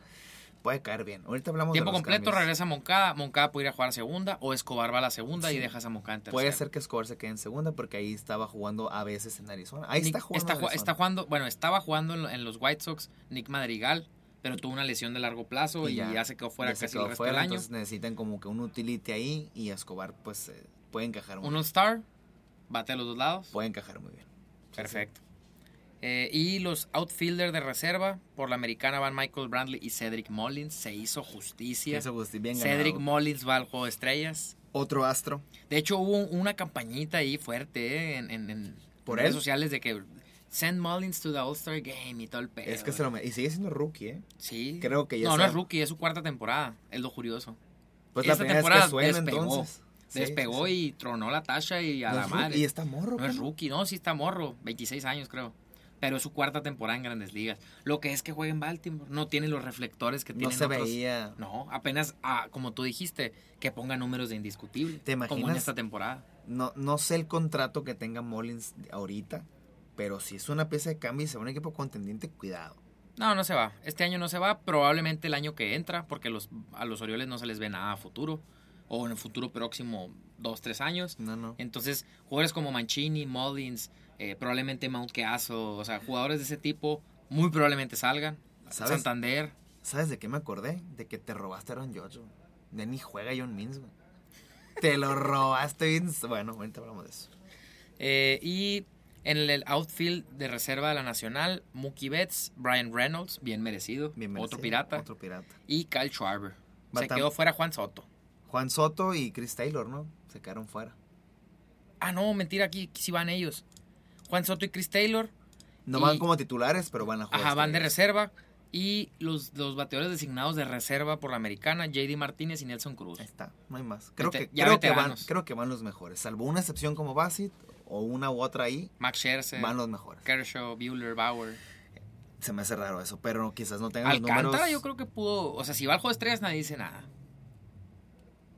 S3: Puede caer bien. Ahorita hablamos
S2: Tiempo
S3: de los
S2: completo,
S3: cambios.
S2: regresa Moncada. Moncada puede ir a jugar a segunda o Escobar va a la segunda y
S3: Sí.
S2: dejas a Moncada en tercera.
S3: Puede ser que Escobar se quede en segunda porque ahí estaba jugando a veces en Arizona. Ahí
S2: Nick-
S3: está jugando. en
S2: ju-
S3: Arizona.
S2: está jugando- bueno, estaba jugando en, lo- en los White Sox Nick Madrigal, pero tuvo una lesión de largo plazo y,
S3: Y ya,
S2: ya se quedó fuera
S3: Ya se
S2: casi
S3: quedó
S2: el resto
S3: fuera,
S2: del año.
S3: entonces necesitan como que un utility ahí y Escobar pues eh, puede encajar muy
S2: Un All-Star, bate a los dos lados.
S3: Puede encajar muy bien. Sí,
S2: Perfecto. Eh, y los outfielders de reserva, por la americana van Michael Brantley y Cedric Mullins. Se hizo
S3: sí.
S2: justicia.
S3: Eso, Agustín, bien
S2: Cedric
S3: ganado.
S2: Mullins va al juego de estrellas.
S3: Otro astro.
S2: De hecho, hubo un- una campañita ahí fuerte eh, en, en- en
S3: ¿Por
S2: redes
S3: él?
S2: sociales de que send Mullins to the All-Star Game y todo el pedo.
S3: es que se lo me- Y sigue siendo rookie, ¿eh?
S2: Sí.
S3: Creo que ya
S2: No, no
S3: sea-
S2: es rookie, es su cuarta temporada. Es lo curioso.
S3: Pues
S2: Esta
S3: la primera vez
S2: temporada
S3: que suena
S2: despegó.
S3: entonces.
S2: Despegó y tronó la tacha y a la madre.
S3: Y está morro.
S2: No es
S3: ¿cómo?
S2: rookie, no, sí está morro, 26 años creo. Pero es su cuarta temporada en Grandes Ligas. Lo que es que juega en Baltimore, no tiene los reflectores que
S3: No
S2: tienen
S3: se
S2: otros-
S3: veía.
S2: No, apenas, ah, como tú dijiste, que ponga números de indiscutible.
S3: ¿Te
S2: Como en
S3: imaginas?
S2: esta temporada.
S3: No, no sé el contrato que tenga Mullins ahorita, Pero si es una pieza de cambio y se va a un equipo contendiente, cuidado.
S2: No, no se va. Este año no se va. Probablemente el año que entra, porque los, a los Orioles no se les ve nada a futuro. O en el futuro próximo, dos, tres años.
S3: No, no.
S2: Entonces, jugadores como Mancini, Mullins, eh, probablemente Mount Keaso, o sea, jugadores de ese tipo, muy probablemente salgan.
S3: ¿Sabes?
S2: Santander.
S3: ¿Sabes de qué me acordé? De que te robaste a Aaron George. güey. Ya ni juega John Means, güey. Te lo robaste, Vince. Bueno, ahorita hablamos de eso.
S2: Eh, y en el outfield de reserva de la Nacional, Mookie Betts, Brian Reynolds, bien merecido,
S3: Bien merecido.
S2: otro pirata,
S3: Otro pirata.
S2: y Kyle Schwarber. Se
S3: Batam-
S2: quedó fuera Juan Soto.
S3: Juan Soto y Chris Taylor, ¿no? Se quedaron fuera.
S2: Ah, no, mentira, aquí sí van ellos. Juan Soto y Chris Taylor,
S3: No
S2: Y-
S3: van como titulares, pero van a jugar. este
S2: ajá, van de
S3: estrellas.
S2: reserva. Y los, los bateadores designados de reserva por la americana, JD Martínez y Nelson Cruz.
S3: Ahí está, no hay más. Creo,
S2: Vete-
S3: que,
S2: ya
S3: creo, que van,
S2: veteranos.
S3: creo que van los mejores. Salvo una excepción como Bassett o una u otra ahí,
S2: Max Scherzer,
S3: van los mejores.
S2: Kershaw, Bueller, Bauer.
S3: Se me hace raro eso, pero quizás no tengan los
S2: Alcántara
S3: números.
S2: yo creo que pudo, o sea, si va al juego de estrellas nadie dice nada.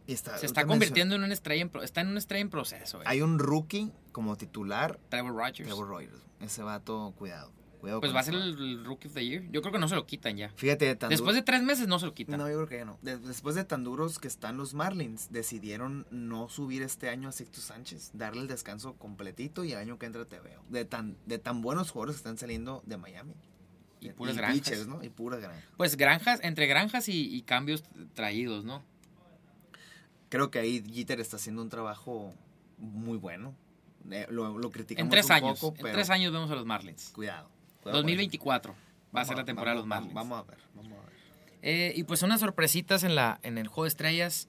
S3: Y está-
S2: Se
S3: ahorita
S2: está
S3: mencio-
S2: convirtiendo en una estrella, en pro- está en una estrella en proceso. eh.
S3: Hay un rookie como titular,
S2: Trevor Rogers.
S3: Trevor Rogers. Ese vato, cuidado. cuidado
S2: Pues
S3: con
S2: va a
S3: ese
S2: ser
S3: vato.
S2: el, el Rookie of the Year. Yo creo que no se lo quitan ya.
S3: Fíjate, de tan
S2: Después
S3: du-
S2: de tres meses no se lo quitan.
S3: No, yo creo que ya no. De- después de tan duros que están los Marlins, decidieron no subir este año a Sixto Sánchez, darle el descanso completito y el año que entra te veo. De tan, de tan buenos jugadores que están saliendo de Miami.
S2: Y
S3: De-
S2: puras granjas.
S3: pitchers, ¿no? Y puras granjas.
S2: Pues granjas, entre granjas y, y cambios traídos, ¿no?
S3: Creo que ahí Jeter está haciendo un trabajo muy bueno. Eh, lo, lo criticamos
S2: en tres
S3: un
S2: años.
S3: poco,
S2: en
S3: pero
S2: tres años vemos a los Marlins.
S3: cuidado. cuidado con eso.
S2: 2024 va a
S3: Vamos
S2: ser la temporada de los
S3: vamos-
S2: Marlins.
S3: Vamos a ver, vamos a ver.
S2: Eh, y pues unas sorpresitas en, la, en el juego de estrellas.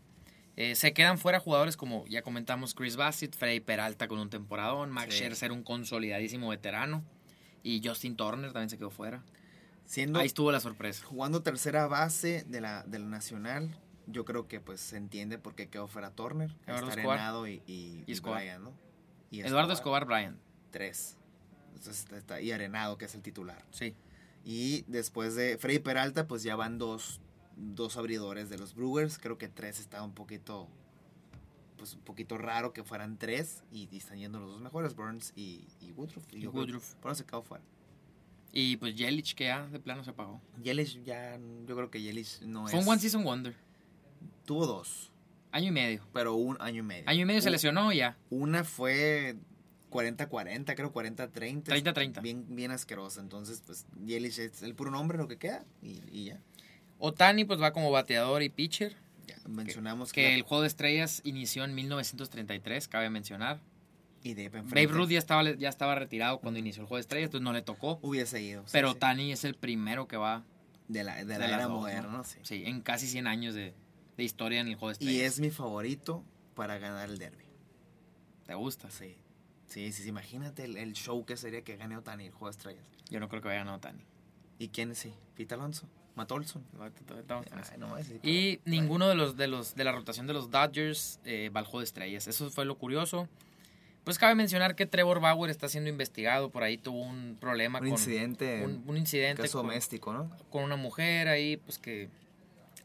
S2: Eh, se quedan fuera jugadores como ya comentamos Chris Bassett, Freddy Peralta con un temporadón, Max
S3: Sí.
S2: Scherzer un consolidadísimo veterano y Justin Turner también se quedó fuera.
S3: Siendo
S2: Ahí estuvo la sorpresa.
S3: jugando tercera base de la, de la nacional, yo creo que pues se entiende por qué quedó fuera Turner.
S2: Eduardo
S3: está
S2: Escobar.
S3: Arenado y, y,
S2: Y
S3: y
S2: Escobar.
S3: Bryan, ¿no? Y
S2: Eduardo Escobar Bryant.
S3: Tres. Entonces, está- está- y Arenado, que es el titular.
S2: Sí.
S3: Y después de Freddy Peralta, pues ya van dos, dos abridores de los Brewers. Creo que tres estaba un poquito, pues un poquito raro que fueran tres. Y, y están yendo los dos mejores, Burns y, y Woodruff.
S2: Y
S3: yo creo-
S2: Woodruff.
S3: Por eso se quedó fuera.
S2: Y pues Yelich que ya de plano se apagó.
S3: Yelich ya, yo creo que Yelich no
S2: Fue
S3: es.
S2: un one season wonder.
S3: Tuvo dos.
S2: Año y medio.
S3: pero un año y medio.
S2: Año y medio se
S3: U-
S2: lesionó y ya.
S3: Una fue 40-40, creo 40-30.
S2: 30-30.
S3: Bien, bien asquerosa. Entonces, pues, Yelich es el puro nombre lo que queda y, y ya.
S2: Otani pues va como bateador y pitcher.
S3: Ya, Mencionamos
S2: Que el juego de estrellas inició en 1933, cabe mencionar.
S3: y Dave enfrente
S2: Babe Ruth ya estaba, ya estaba retirado cuando inició el juego de estrellas, entonces no le tocó.
S3: hubiese ido. sí,
S2: Pero
S3: sí.
S2: Otani es el primero que va,
S3: de la, de la
S2: de las
S3: era
S2: dos, ¿no?
S3: moderna, sí.
S2: sí, en casi 100 años de, de historia en el juego de
S3: Y
S2: estrellas.
S3: es mi favorito para ganar el derby.
S2: ¿Te gusta?
S3: Sí. Sí, sí, sí, imagínate el, el show que sería que gane Otani el juego de estrellas.
S2: Yo no creo que vaya a ganar Otani.
S3: ¿Y quién sí? ¿Pita Alonso? ¿Matt Olson? Ay, no, ese sí,
S2: Y
S3: pero-
S2: ninguno de los de los de la rotación de los Dodgers eh, va al juego de estrellas. Eso fue lo curioso. Pues cabe mencionar que Trevor Bauer está siendo investigado. Por ahí tuvo un problema
S3: Un
S2: con
S3: incidente,
S2: un,
S3: un,
S2: un incidente
S3: caso
S2: con,
S3: doméstico, ¿no?
S2: con una mujer ahí, pues que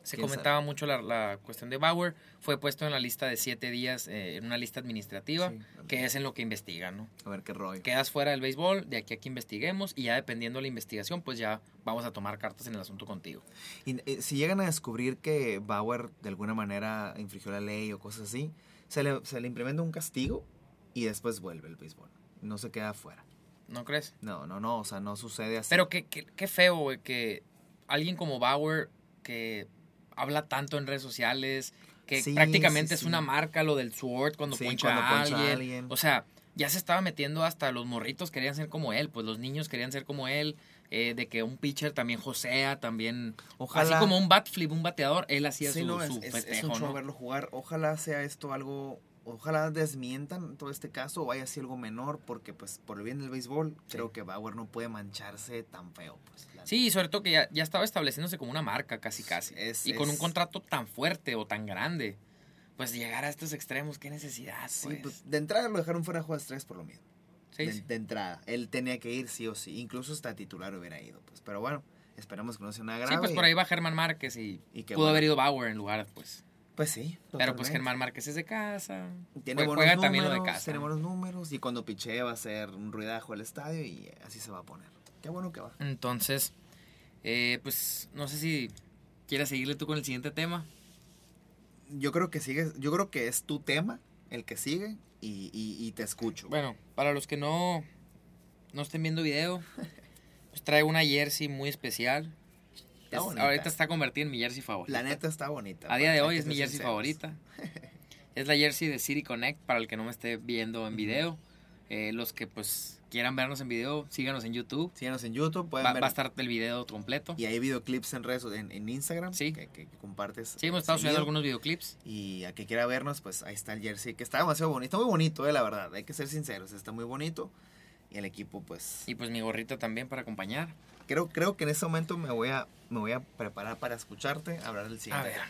S2: se
S3: ¿Quién
S2: comentaba mucho la, la cuestión de Bauer. Fue puesto en la lista de siete días, eh, en una lista administrativa,
S3: Sí, a ver.
S2: que es en lo que investigan, ¿no?
S3: A ver qué rollo.
S2: Quedas fuera del béisbol, de aquí a que investiguemos, y ya dependiendo de la investigación, pues ya vamos a tomar cartas en el asunto contigo.
S3: Y, eh, si llegan a descubrir que Bauer de alguna manera infringió la ley o cosas así, se le, se le implementa un castigo y después vuelve el béisbol. No se queda afuera.
S2: ¿No crees?
S3: No, no, no, o sea, no sucede así.
S2: Pero qué, qué, qué feo, güey, que alguien como Bauer, que habla tanto en redes sociales, que
S3: Sí,
S2: prácticamente
S3: sí,
S2: es
S3: sí.
S2: una marca lo del Sword cuando
S3: Sí,
S2: poncha,
S3: cuando
S2: a,
S3: poncha a
S2: alguien.
S3: alguien.
S2: O sea, ya se estaba metiendo hasta los morritos querían ser como él, pues los niños querían ser como él, eh, de que un pitcher también josea, también...
S3: ojalá.
S2: Así como un bat flip, un bateador, él hacía
S3: Sí,
S2: su,
S3: no, es,
S2: su
S3: es- es
S2: festejo,
S3: un show
S2: ¿no?
S3: verlo jugar. Ojalá sea esto algo. Ojalá desmientan todo este caso o vaya así algo menor, porque, pues, por el bien del béisbol, creo que Bauer no puede mancharse tan feo. Pues, la-
S2: Sí, y sobre todo que ya, ya estaba estableciéndose como una marca casi casi.
S3: Es-
S2: y con un
S3: es-
S2: contrato tan fuerte o tan grande, pues llegar a estos extremos, qué necesidad.
S3: Sí,
S2: pues?
S3: pues, de entrada lo dejaron fuera de juego de estrellas por lo mismo.
S2: Sí,
S3: de,
S2: sí.
S3: de entrada. Él tenía que ir sí o sí. Incluso hasta titular hubiera ido, pues. Pero bueno, esperamos que no sea una grave.
S2: Sí, pues por ahí va Germán Márquez y
S3: y
S2: pues,
S3: que
S2: pudo
S3: bueno.
S2: haber ido Bauer en lugar, pues.
S3: Pues sí.
S2: Pero pues
S3: totalmente.
S2: Germán Márquez es de casa.
S3: Tiene
S2: Jue-
S3: buenos
S2: juega
S3: números,
S2: también lo de casa.
S3: Tiene buenos números y cuando pichee va a ser un ruidajo al estadio y así se va a poner. Qué bueno que va.
S2: Entonces, eh, pues no sé si quieres seguirle tú con el siguiente tema.
S3: Yo creo que sigues, yo creo que es tu tema el que sigue y, y- y te escucho.
S2: Bueno, para los que no, no estén viendo video, pues trae una jersey muy especial.
S3: Está
S2: Es-
S3: bonita.
S2: ahorita está convertida en mi jersey favorita.
S3: La neta está bonita.
S2: A día de
S3: para- hay
S2: hoy
S3: que
S2: es mi
S3: ser
S2: jersey
S3: sinceros.
S2: favorita. Es la jersey de City Connect para el que no me esté viendo en video. Eh, los que pues quieran vernos en video, síganos en YouTube.
S3: Síganos en YouTube, pueden
S2: Va,
S3: ver.
S2: va a estar el video completo.
S3: Y hay videoclips en redes, en, en Instagram
S2: Sí.
S3: que, que- que compartes. eh,
S2: Sí, hemos estado subiendo
S3: seguido.
S2: algunos videoclips.
S3: Y a que quiera vernos, pues ahí está el jersey, que está demasiado bonito, muy bonito, eh, la verdad, hay que ser sinceros, está muy bonito. Y el equipo, pues,
S2: Y pues mi gorrito también para acompañar.
S3: creo, creo que en este momento me voy a, me voy a preparar para escucharte hablar del
S2: A
S3: siguiente.
S2: ver.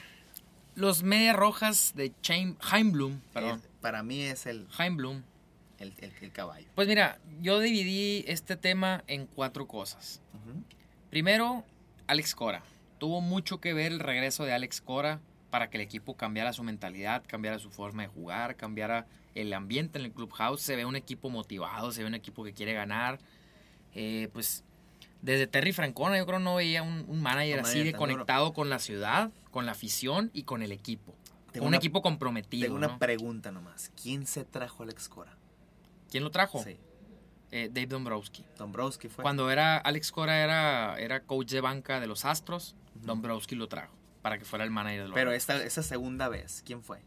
S2: Los medias rojas de Chaim, Heimblum, perdón.
S3: Es- para mí es el,
S2: Heimblum.
S3: el, el- el caballo.
S2: Pues mira, yo dividí este tema en cuatro cosas.
S3: Ujú.
S2: Primero, Alex Cora. Tuvo mucho que ver el regreso de Alex Cora para que el equipo cambiara su mentalidad, cambiara su forma de jugar, cambiara el ambiente en el clubhouse. Se ve un equipo motivado, se ve un equipo que quiere ganar. Eh, pues desde Terry Francona yo creo no veía un, un manager
S3: Un
S2: así
S3: manager
S2: de
S3: tan duro.
S2: conectado con la ciudad, con la afición y con el equipo.
S3: Tengo
S2: un
S3: una-
S2: equipo comprometido.
S3: Tengo una
S2: ¿no?
S3: pregunta nomás. ¿Quién se trajo a Alex Cora?
S2: ¿Quién lo trajo?
S3: Sí.
S2: Eh, Dave Dombrowski.
S3: Dombrowski fue.
S2: Cuando era Alex Cora era, era coach de banca de los Astros,
S3: Ujú.
S2: Dombrowski lo trajo para que fuera el manager de los
S3: Pero esta, esa segunda vez, ¿quién fue?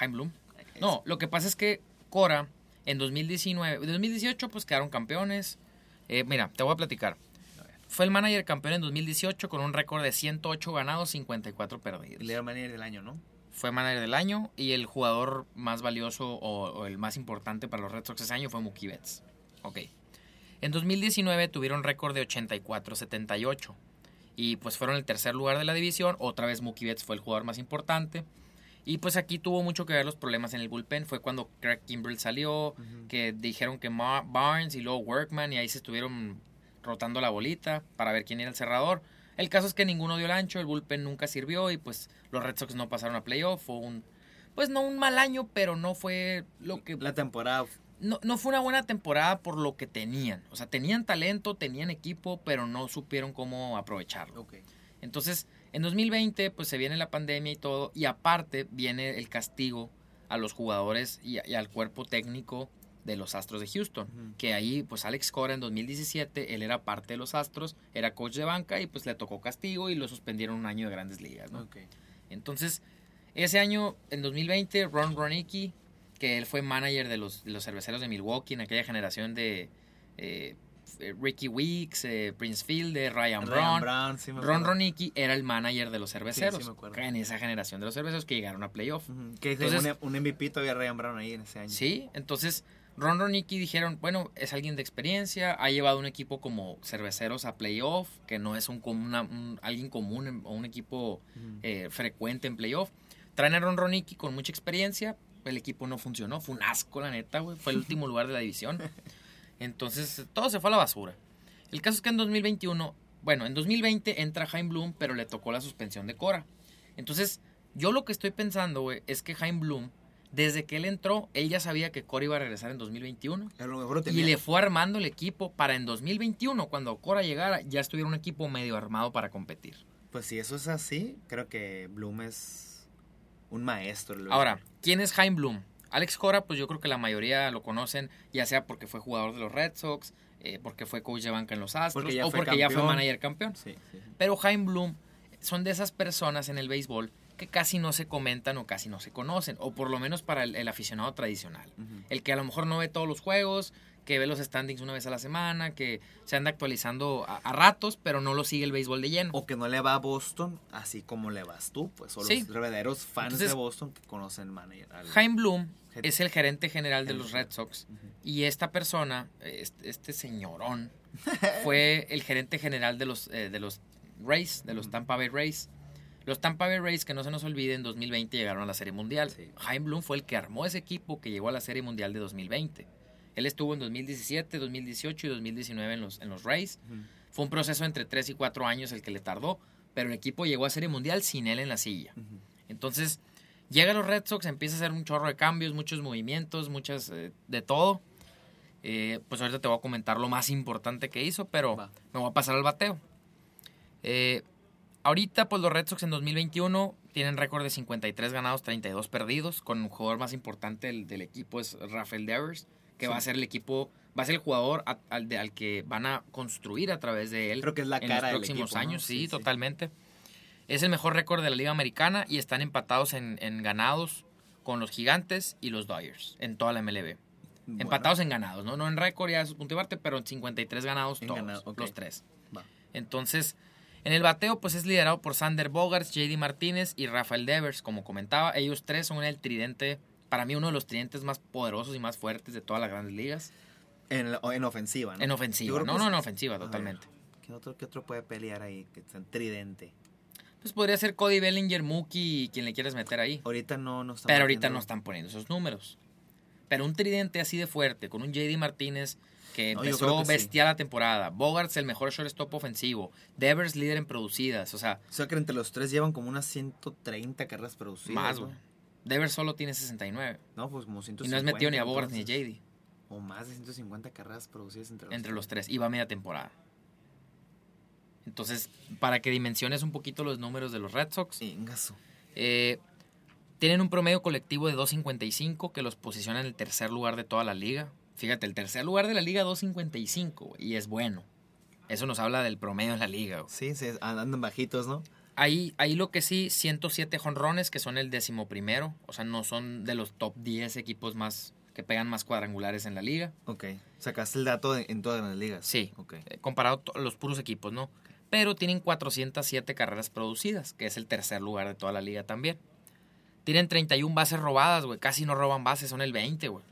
S2: Heim Bloom. No, lo que pasa es que Cora en 2019, 2018 pues quedaron campeones. Eh, mira, te voy a platicar.
S3: A ver.
S2: Fue el manager campeón en 2018 con un récord de 108 ganados, 54
S3: El era
S2: perdidos.
S3: manager del año, ¿no?
S2: Fue manager del año y el jugador más valioso o, o el más importante para los Red Sox ese año fue Mookie Betts. Ok. En 2019 tuvieron récord de 84-78 y pues fueron el tercer lugar de la división. Otra vez Mookie Betts fue el jugador más importante. Y pues aquí tuvo mucho que ver los problemas en el bullpen. Fue cuando Craig Kimbrell salió, que dijeron que Ma- Barnes y luego Workman y ahí se estuvieron rotando la bolita para ver quién era el cerrador. El caso es que ninguno dio el ancho, el bullpen nunca sirvió y pues los Red Sox no pasaron a playoff. Fue un, pues no un mal año, pero no fue lo que
S3: La temporada
S2: no, no fue una buena temporada por lo que tenían. O sea, tenían talento, tenían equipo, pero no supieron cómo aprovecharlo.
S3: Ok.
S2: Entonces, en 2020, pues se viene la pandemia y todo, y aparte viene el castigo a los jugadores y, a- y al cuerpo técnico de los Astros de Houston.
S3: Ujú.
S2: Que ahí, pues Alex Cora en 2017, él era parte de los Astros, era coach de banca y pues le tocó castigo y lo suspendieron un año de grandes ligas, ¿no?
S3: Ok.
S2: Entonces, ese año, en 2020, Ron Ronicki, que él fue manager de los, de los cerveceros de Milwaukee en aquella generación de eh, eh, Ricky Weeks, eh, Prince Fielder, Ryan
S3: Ryan
S2: Braun.
S3: Brown, sí me
S2: Ron
S3: acuerdo.
S2: Ronicki era el manager de los cerveceros.
S3: me acuerdo.
S2: En esa generación de los cerveceros que llegaron a playoff.
S3: Ujú, Que
S2: Entonces-
S3: tenía un, un MVP todavía Ryan Brown ahí en ese año.
S2: Sí, entonces Ron Ronicki dijeron, bueno, es alguien de experiencia, ha llevado un equipo como cerveceros a playoff, que no es un, com- una- un- alguien común en- o un equipo
S3: Ujú.
S2: eh, frecuente en playoff. Traen a Ron Ronicki con mucha experiencia. El equipo no funcionó. Fue un asco, la neta, güey. Fue el último lugar de la división. Entonces, todo se fue a la basura. El caso es que en 2021, bueno, en 2020 entra Jaime Bloom, pero le tocó la suspensión de Cora. Entonces, yo lo que estoy pensando, güey, es que Jaime Bloom, desde que él entró, él ya sabía que Cora iba a regresar en 2021.
S3: A lo mejor lo
S2: Y
S3: tenía.
S2: le fue armando el equipo para en 2021, cuando Cora llegara, ya estuviera un equipo medio armado para competir.
S3: Pues si eso es así, creo que Bloom es un maestro. la verdad.
S2: Ahora, ¿quién es Heim Bloom? Alex Cora, pues yo creo que la mayoría lo conocen, ya sea porque fue jugador de los Red Sox, eh, porque fue coach de banca en los Astros,
S3: Porque ya
S2: o
S3: fue
S2: porque ya fue
S3: campeón.
S2: manager campeón.
S3: Sí, sí, sí.
S2: Pero Heim Bloom son de esas personas en el béisbol que casi no se comentan o casi no se conocen, o por lo menos para el- el aficionado tradicional.
S3: Ujú.
S2: El que a lo mejor no ve todos los juegos, que ve los standings una vez a la semana, que se anda actualizando a, a ratos, pero no lo sigue el béisbol de lleno.
S3: O que no le va a Boston así como le vas tú, pues. O
S2: Sí.
S3: los verdaderos fans
S2: Entonces-
S3: de Boston que conocen manager. al-
S2: Heim Bloom
S3: Gen-
S2: es el gerente general de
S3: Gen-
S2: los Red Sox
S3: Ujú.
S2: y esta persona, este, este señorón, fue el gerente general de los, eh, de los Rays, de los Tampa Bay Rays. Los Tampa Bay Rays, que no se nos olvide, en 2020 llegaron a la Serie Mundial.
S3: Sí.
S2: Heim Bloom fue el que armó ese equipo que llegó a la Serie Mundial de 2020. Él estuvo en 2017, 2018 y 2019 en los, en los Rays.
S3: Ujú.
S2: Fue un proceso entre 3 y 4 años el que le tardó, pero el equipo llegó a Serie Mundial sin él en la silla.
S3: Ujú.
S2: Entonces, Llega a los Red Sox, empieza a hacer un chorro de cambios, muchos movimientos, muchas eh, de todo. Eh, pues ahorita te voy a comentar lo más importante que hizo, pero
S3: Va.
S2: me voy a pasar al bateo. Eh, ahorita, pues los Red Sox en 2021 tienen récord de 53 ganados, 32 perdidos, con un jugador más importante del, del equipo es Rafael Devers, que
S3: Sí.
S2: va a ser el equipo, va a ser el jugador a- al, de- al que van a construir a través de él
S3: Creo que es la
S2: en
S3: cara
S2: los
S3: del
S2: próximos
S3: equipo, ¿no?
S2: años,
S3: Sí,
S2: sí,
S3: sí.
S2: totalmente. Es el mejor récord de la Liga Americana y están empatados en, en ganados con los Gigantes y los Dodgers en toda la MLB.
S3: Bueno,
S2: Empatados en ganados, ¿no? No en récord, ya es punto y parte, pero en 53 ganados
S3: En
S2: todos,
S3: ganado, ok.
S2: los tres.
S3: va.
S2: Entonces, en el bateo, pues es liderado por Sander Bogarts, JD Martínez y Rafael Devers, como comentaba. Ellos tres son el tridente, para mí uno de los tridentes más poderosos y más fuertes de todas las grandes ligas.
S3: En, la- en ofensiva, Ah, ¿no?
S2: En
S3: Yo
S2: ofensiva,
S3: creo
S2: no,
S3: que
S2: no,
S3: es-
S2: en ofensiva,
S3: A ver,
S2: totalmente.
S3: ¿Qué otro, qué otro puede pelear ahí? Que está en tridente.
S2: Pues podría ser Cody Bellinger, Mookie, quien le quieras meter ahí.
S3: Ahorita no, no está
S2: Pero ahorita
S3: metiendo-
S2: no están poniendo esos números. Pero un tridente así de fuerte, con un JD Martínez que
S3: No, yo
S2: empezó
S3: creo que sí.
S2: bestial la temporada, Bogarts el mejor shortstop ofensivo, Devers líder en producidas, o sea,
S3: O sea que entre los tres llevan como unas 130 carreras producidas.
S2: más,
S3: ¿no?
S2: güey. Devers solo tiene 69.
S3: No, pues como 150.
S2: y no has metido ni a Bogarts ni a
S3: entonces.
S2: JD
S3: O más de 150 carreras producidas entre los
S2: entre
S3: tres.
S2: los tres. Y va media temporada. Entonces, para que dimensiones un poquito los números de los Red Sox,
S3: Ingazo.
S2: Eh, tienen un promedio colectivo de 2.55 que los posiciona en el tercer lugar de toda la liga. Fíjate, el tercer lugar de la liga 2.55 güey, y es bueno. Eso nos habla del promedio de la liga. güey.
S3: Sí, sí, andan bajitos, ¿no?
S2: Ahí, ahí lo que sí, 107 jonrones que son el décimo primero. O sea, no son de los top 10 equipos más que pegan más cuadrangulares en la liga.
S3: Ok. Sacaste el dato de- en todas las ligas.
S2: Sí.
S3: Ok.
S2: eh, comparado to- los puros equipos, ¿no? Pero tienen 407 carreras producidas, que es el tercer lugar de toda la liga también. Tienen 31 bases robadas, güey. Casi no roban bases, son el 20, güey.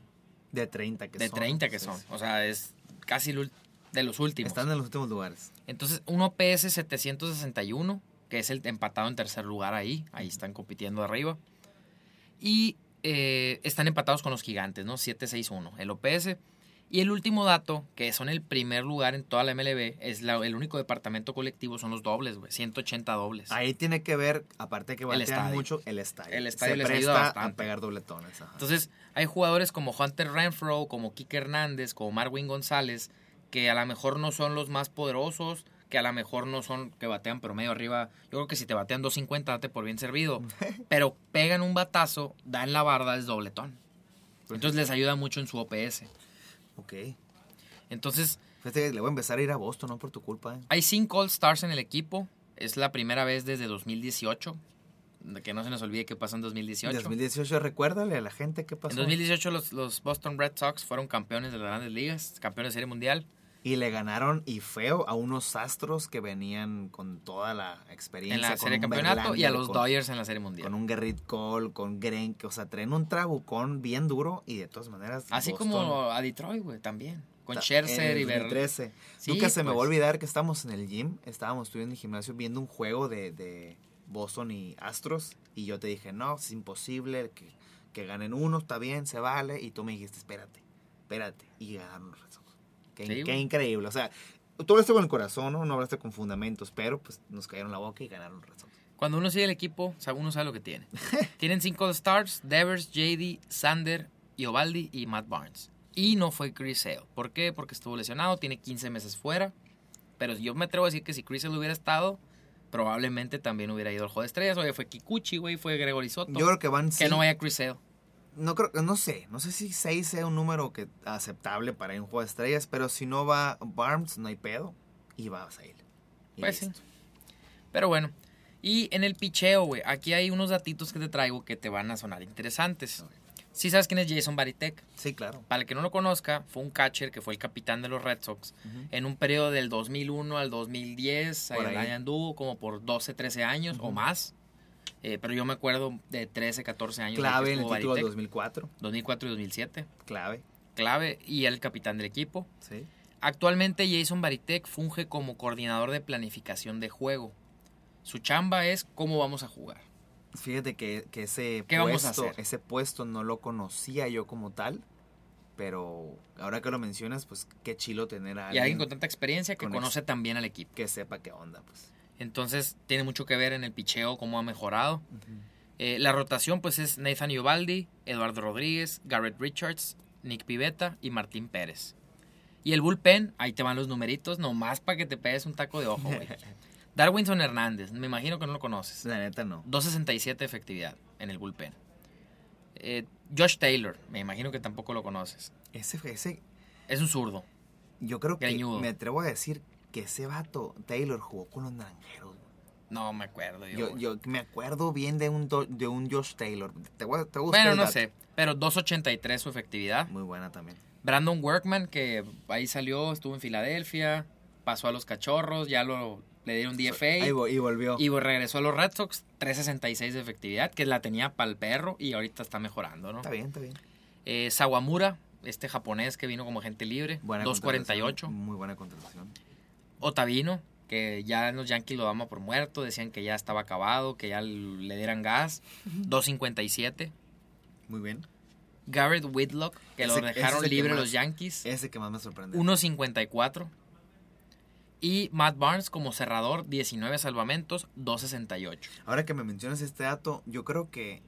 S3: De 30 que
S2: De
S3: son.
S2: 30 que
S3: Sí,
S2: son. pues.
S3: sí.
S2: O sea, es casi el ul- de los últimos.
S3: Están en los últimos lugares.
S2: Entonces, un OPS 761, que es el empatado en tercer lugar ahí. Ahí están compitiendo arriba. Y eh, están empatados con los gigantes, ¿no? 761, el OPS. Y el último dato, que son el primer lugar en toda la MLB, es la- el único departamento colectivo, son los dobles, güey. 180 dobles.
S3: Ahí tiene que ver, aparte que batean
S2: estadio.
S3: mucho, el estadio.
S2: El estadio
S3: Se
S2: les ayuda
S3: presta a
S2: bastante.
S3: pegar dobletones. Ajá.
S2: Entonces, hay jugadores como Hunter Renfro, como Kike Hernández, como Marwin González, que a lo mejor no son los más poderosos, que a lo mejor no son que batean promedio arriba. Yo creo que si te batean 250, date por bien servido. Pero pegan un batazo, dan la barda, es dobletón. Entonces, les ayuda mucho en su OPS.
S3: Ok.
S2: Entonces,
S3: Fíjate que le voy a empezar a ir a Boston, no por tu culpa. ¿eh?
S2: hay cinco All-Stars en el equipo. Es la primera vez desde 2018. Que no se nos olvide que pasó en 2018.
S3: 2018, recuérdale a la gente qué pasó.
S2: En 2018 los, los Boston Red Sox fueron campeones de las grandes ligas, campeones de serie mundial.
S3: Y le ganaron y feo a unos astros que venían con toda la experiencia.
S2: en la
S3: con
S2: serie de
S3: un
S2: campeonato y a
S3: Verlander,
S2: los
S3: con-
S2: Dodgers en la serie mundial.
S3: Con un Gerrit Cole, con Grenk, o sea, traen un trabucón bien duro y de todas maneras.
S2: Así
S3: Boston
S2: como a Detroit, güey, también. Con
S3: ta-
S2: Scherzer
S3: en
S2: y
S3: el
S2: Berlín.
S3: 2013.
S2: Sí,
S3: Nunca se me va a
S2: pues.
S3: olvidar que estábamos en el gym, estábamos tú y yo en el gimnasio viendo un juego de, de Boston y Astros y yo te dije, no, es imposible que, que ganen uno, está bien, se vale. Y tú me dijiste, espérate, espérate. Y ganaron los Red Sox. Qué,
S2: Sí,
S3: qué
S2: güey.
S3: increíble. O sea, tú hablaste con el corazón, ¿no? No hablaste con fundamentos, pero pues nos cayeron la boca y ganaron los Red Sox.
S2: Cuando uno sigue el equipo, o sea, uno sabe lo que tiene. Tienen cinco stars, Devers, JD, Sander, Iovaldi y Matt Barnes. Y no fue Chris Sale. ¿Por qué? Porque estuvo lesionado, tiene 15 meses fuera. Pero yo me atrevo a decir que si Chris Sale hubiera estado, probablemente también hubiera ido al Juego de Estrellas. Oye, fue Kikuchi, güey, fue Gregory Soto.
S3: Yo creo que van
S2: que
S3: cinco-
S2: no vaya Chris Sale.
S3: No creo, no sé, no sé si 6 sea un número que aceptable para un juego de estrellas, pero si no va Barnes, no hay pedo, y va a salir. Y
S2: Pues sí.
S3: listo.
S2: Pero bueno. Y en el picheo, güey, aquí hay unos datitos que te traigo que te van a sonar interesantes.
S3: Ok.
S2: Si sabes quién es Jason Baritek,
S3: Sí, claro.
S2: para el que no lo conozca, fue un catcher que fue el capitán de los Red Sox
S3: Ujú.
S2: en un periodo del 2001 al 2010.
S3: Por
S2: ahí
S3: ahí.
S2: anduvo como por 12, 13 años o
S3: Ujú.
S2: más. Eh, pero yo me acuerdo de 13, 14 años.
S3: Clave en el
S2: estuvo
S3: título del
S2: Baritek,
S3: 2004,
S2: 2004 y 2007.
S3: clave,
S2: Clave y el capitán del equipo.
S3: sí.
S2: Actualmente Jason Baritek funge como coordinador de planificación de juego. Su chamba es cómo vamos a jugar.
S3: Fíjate que, que ese,
S2: ¿Qué
S3: puesto,
S2: vamos a hacer?
S3: ese puesto no lo conocía yo como tal, pero ahora que lo mencionas, pues qué chilo tener
S2: Y
S3: a
S2: alguien
S3: alguien
S2: con tanta experiencia que
S3: con
S2: conoce también al equipo.
S3: que sepa qué onda, pues.
S2: Entonces tiene mucho que ver en el picheo, cómo ha mejorado. Eh, la rotación pues es Nathan Ubaldi, Eduardo Rodríguez, Garrett Richards, Nick Pivetta y Martín Pérez. Y el bullpen, ahí te van los numeritos, nomás para que te pegues un taco de ojo, güey. Darwinson Hernández, me imagino que no lo conoces.
S3: La neta no.
S2: 2.67 de efectividad en el bullpen. Eh, Josh Taylor, me imagino que tampoco lo conoces.
S3: Ese, ese,
S2: Es un zurdo.
S3: yo creo que
S2: Greñudo.
S3: me atrevo a decir que ese vato, Taylor, jugó con los naranjeros. güey.
S2: No me acuerdo yo.
S3: Yo,
S2: güey.
S3: yo me acuerdo bien de un, do- de un Josh Taylor. Te voy a, te voy a buscar
S2: bueno,
S3: el
S2: no
S3: dato.
S2: sé, pero 2.83 su efectividad.
S3: Muy buena también.
S2: Brandon Workman, que ahí salió, estuvo en Filadelfia, pasó a los Cachorros, ya lo le dieron
S3: Ahí
S2: DFA
S3: vo- y volvió.
S2: y pues regresó a los Red Sox, 3.66 de efectividad, que la tenía para el perro y ahorita está mejorando, ¿no?
S3: Está bien, está bien.
S2: Eh, Sawamura, este japonés que vino como gente libre,
S3: Buena
S2: 2.48.
S3: contratación, Muy buena contratación.
S2: Otavino, que ya en los Yankees lo damos por muerto, decían que ya estaba acabado, que ya le dieran gas, 2.57.
S3: Muy bien.
S2: Garrett Whitlock, que lo
S3: Ese- ese es
S2: dejaron
S3: el que
S2: libre
S3: más-
S2: los Yankees,
S3: Ese que más me sorprende.
S2: 1.54. Y Matt Barnes como cerrador, 19 salvamentos, 2.68.
S3: Ahora que me mencionas este dato, yo creo que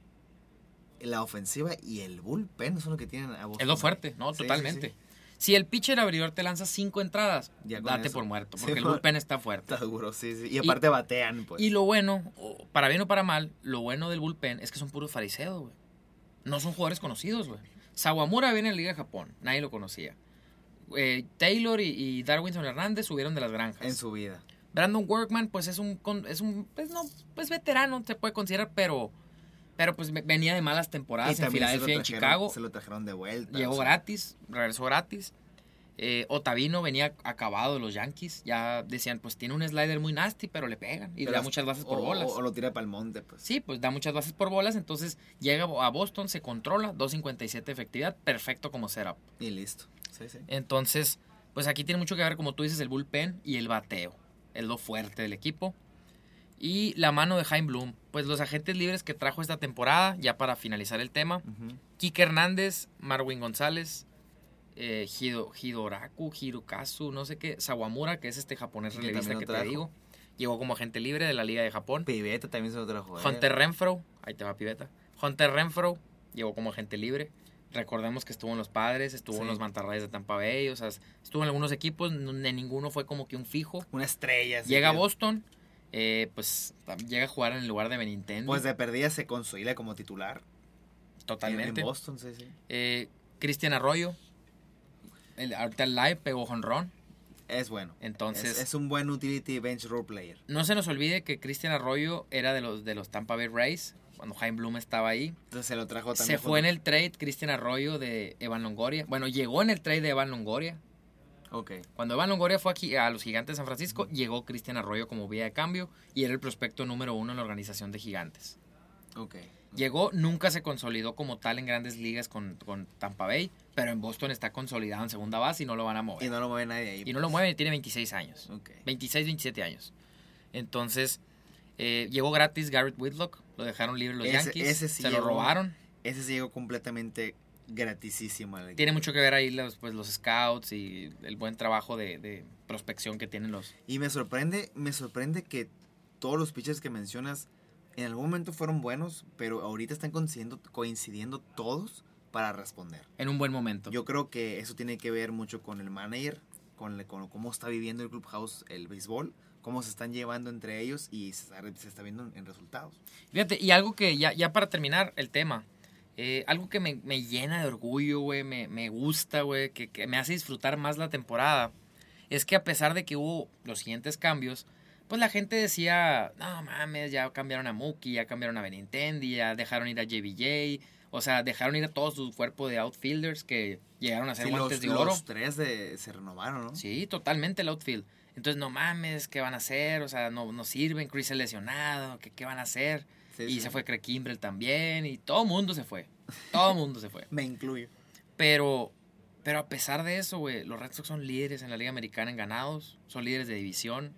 S3: la ofensiva y el bullpen son los que tienen a vos.
S2: Es lo fuerte, ¿no?
S3: Sí, sí,
S2: Totalmente.
S3: sí.
S2: Si el pitcher abridor te lanza 5 entradas,
S3: Ya con
S2: date
S3: eso.
S2: por muerto,
S3: Sí,
S2: porque el
S3: por-
S2: bullpen está fuerte.
S3: Está duro, sí, sí. Y aparte batean, pues.
S2: Y lo bueno, o- para bien o para mal, lo bueno del bullpen es que son puros fariseos, güey. No son jugadores conocidos, güey. Sawamura viene de la Liga de Japón, nadie lo conocía. Eh, Taylor y, y Darwinson Hernández subieron de las granjas.
S3: En su vida.
S2: Brandon Workman, pues es un, con- es un pues no, pues veterano se puede considerar, pero, pero pues ve- venía de malas temporadas en
S3: también se lo
S2: Ah, Filadelfia y en
S3: trajeron-
S2: Chicago.
S3: Se lo trajeron de vuelta.
S2: Llegó
S3: o sea,
S2: gratis, regresó gratis. Eh, Otavino venía acabado de los Yankees. Ya decían, pues tiene un slider muy nasty, pero le pegan. Y
S3: pero
S2: da
S3: las-
S2: muchas bases por
S3: o-
S2: bolas.
S3: O, o lo tira para el monte, pues.
S2: Sí, pues da muchas bases por bolas, entonces llega a Boston, se controla, 2.57 efectividad, perfecto como setup.
S3: Y listo. Sí, sí.
S2: Entonces, pues aquí tiene mucho que ver, como tú dices, el bullpen y el bateo, es lo fuerte del equipo. Y la mano de Jaime Bloom, pues los agentes libres que trajo esta temporada, ya para finalizar el tema,
S3: Ujú.
S2: Kike Hernández, Marwin González, eh, Hido- Hidoraku, Hirokazu, no sé qué, Sawamura, que es este japonés
S3: Que
S2: relevista
S3: también lo
S2: que te
S3: trajo.
S2: digo, llegó como agente libre de la Liga de Japón.
S3: Piveta también se lo trajo. ¿eh?
S2: Hunter Renfro, ahí te va pibeta. Hunter Renfro llegó como agente libre. Recordemos que estuvo en los Padres, estuvo en
S3: Sí.
S2: los Mantarrayes de Tampa Bay, o sea, estuvo en algunos equipos, n- de ninguno fue como que un fijo.
S3: Una estrella. así
S2: Llega a
S3: que,
S2: Boston, eh, pues tam- llega a jugar en el lugar de Benintendi.
S3: Pues de perdida se consolida como titular. En,
S2: totalmente.
S3: en Boston, sí, sí.
S2: Eh, Cristian Arroyo, el, ahorita el live pegó jonrón.
S3: Es bueno.
S2: Entonces,
S3: es, es un buen utility bench role player.
S2: no se nos olvide que Cristian Arroyo era de los, de los Tampa Bay Rays, cuando Jaime Bloom estaba ahí.
S3: Entonces se lo trajo también.
S2: Se fue en el trade Cristian Arroyo de Evan Longoria. Bueno, llegó en el trade de Evan Longoria.
S3: Ok.
S2: Cuando Evan Longoria fue aquí a los Gigantes de San Francisco, llegó Cristian Arroyo como vía de cambio y era el prospecto número uno en la organización de Gigantes.
S3: Ok.
S2: Llegó, nunca se consolidó como tal en grandes ligas con, con Tampa Bay, pero en Boston está consolidado en segunda base y no lo van a
S3: Y
S2: mover.
S3: no lo mueve nadie ahí.
S2: Y no lo mueven, tiene 26 años.
S3: Ok.
S2: 26, 27 años. Entonces, eh, llegó gratis Garrett Whitlock, lo dejaron libre los
S3: Ese-
S2: Yankees,
S3: ese sí
S2: se lo
S3: llegó.
S2: robaron.
S3: Ese sí llegó completamente gratisísimo al equipo.
S2: Tiene mucho que ver ahí los, pues, los scouts y el buen trabajo de, de prospección que tienen los...
S3: Y me sorprende, me sorprende que todos los pitchers que mencionas en algún momento fueron buenos, pero ahorita están coincidiendo, coincidiendo todos para responder.
S2: En un buen momento.
S3: Yo creo que eso tiene que ver mucho con el manager, con, le- con cómo está viviendo el clubhouse el béisbol, cómo se están llevando entre ellos y se está, se está viendo en, en resultados.
S2: Fíjate, y algo que ya, ya para terminar el tema, eh, algo que me, me llena de orgullo, güey, me, me gusta, güey, que, que me hace disfrutar más la temporada, es que a pesar de que hubo los siguientes cambios, pues la gente decía, no mames, ya cambiaron a Mookie, ya cambiaron a Benintendi, ya dejaron ir a JBJ, o sea, dejaron ir a todo su cuerpo de outfielders que llegaron a ser
S3: Sí,
S2: guantes
S3: los,
S2: de
S3: los
S2: oro.
S3: tres de- se renovaron, ¿no?
S2: Sí, totalmente el outfield. Entonces, no mames, ¿qué van a hacer? O sea, no, no sirven, Chris es lesionado, ¿qué, qué van a hacer?
S3: Sí,
S2: y
S3: sí.
S2: se fue Craig Kimbrell también, y todo mundo se fue. Todo mundo se fue.
S3: Me incluyo.
S2: Pero, pero a pesar de eso, güey, los Red Sox son líderes en la Liga Americana en ganados, son líderes de división.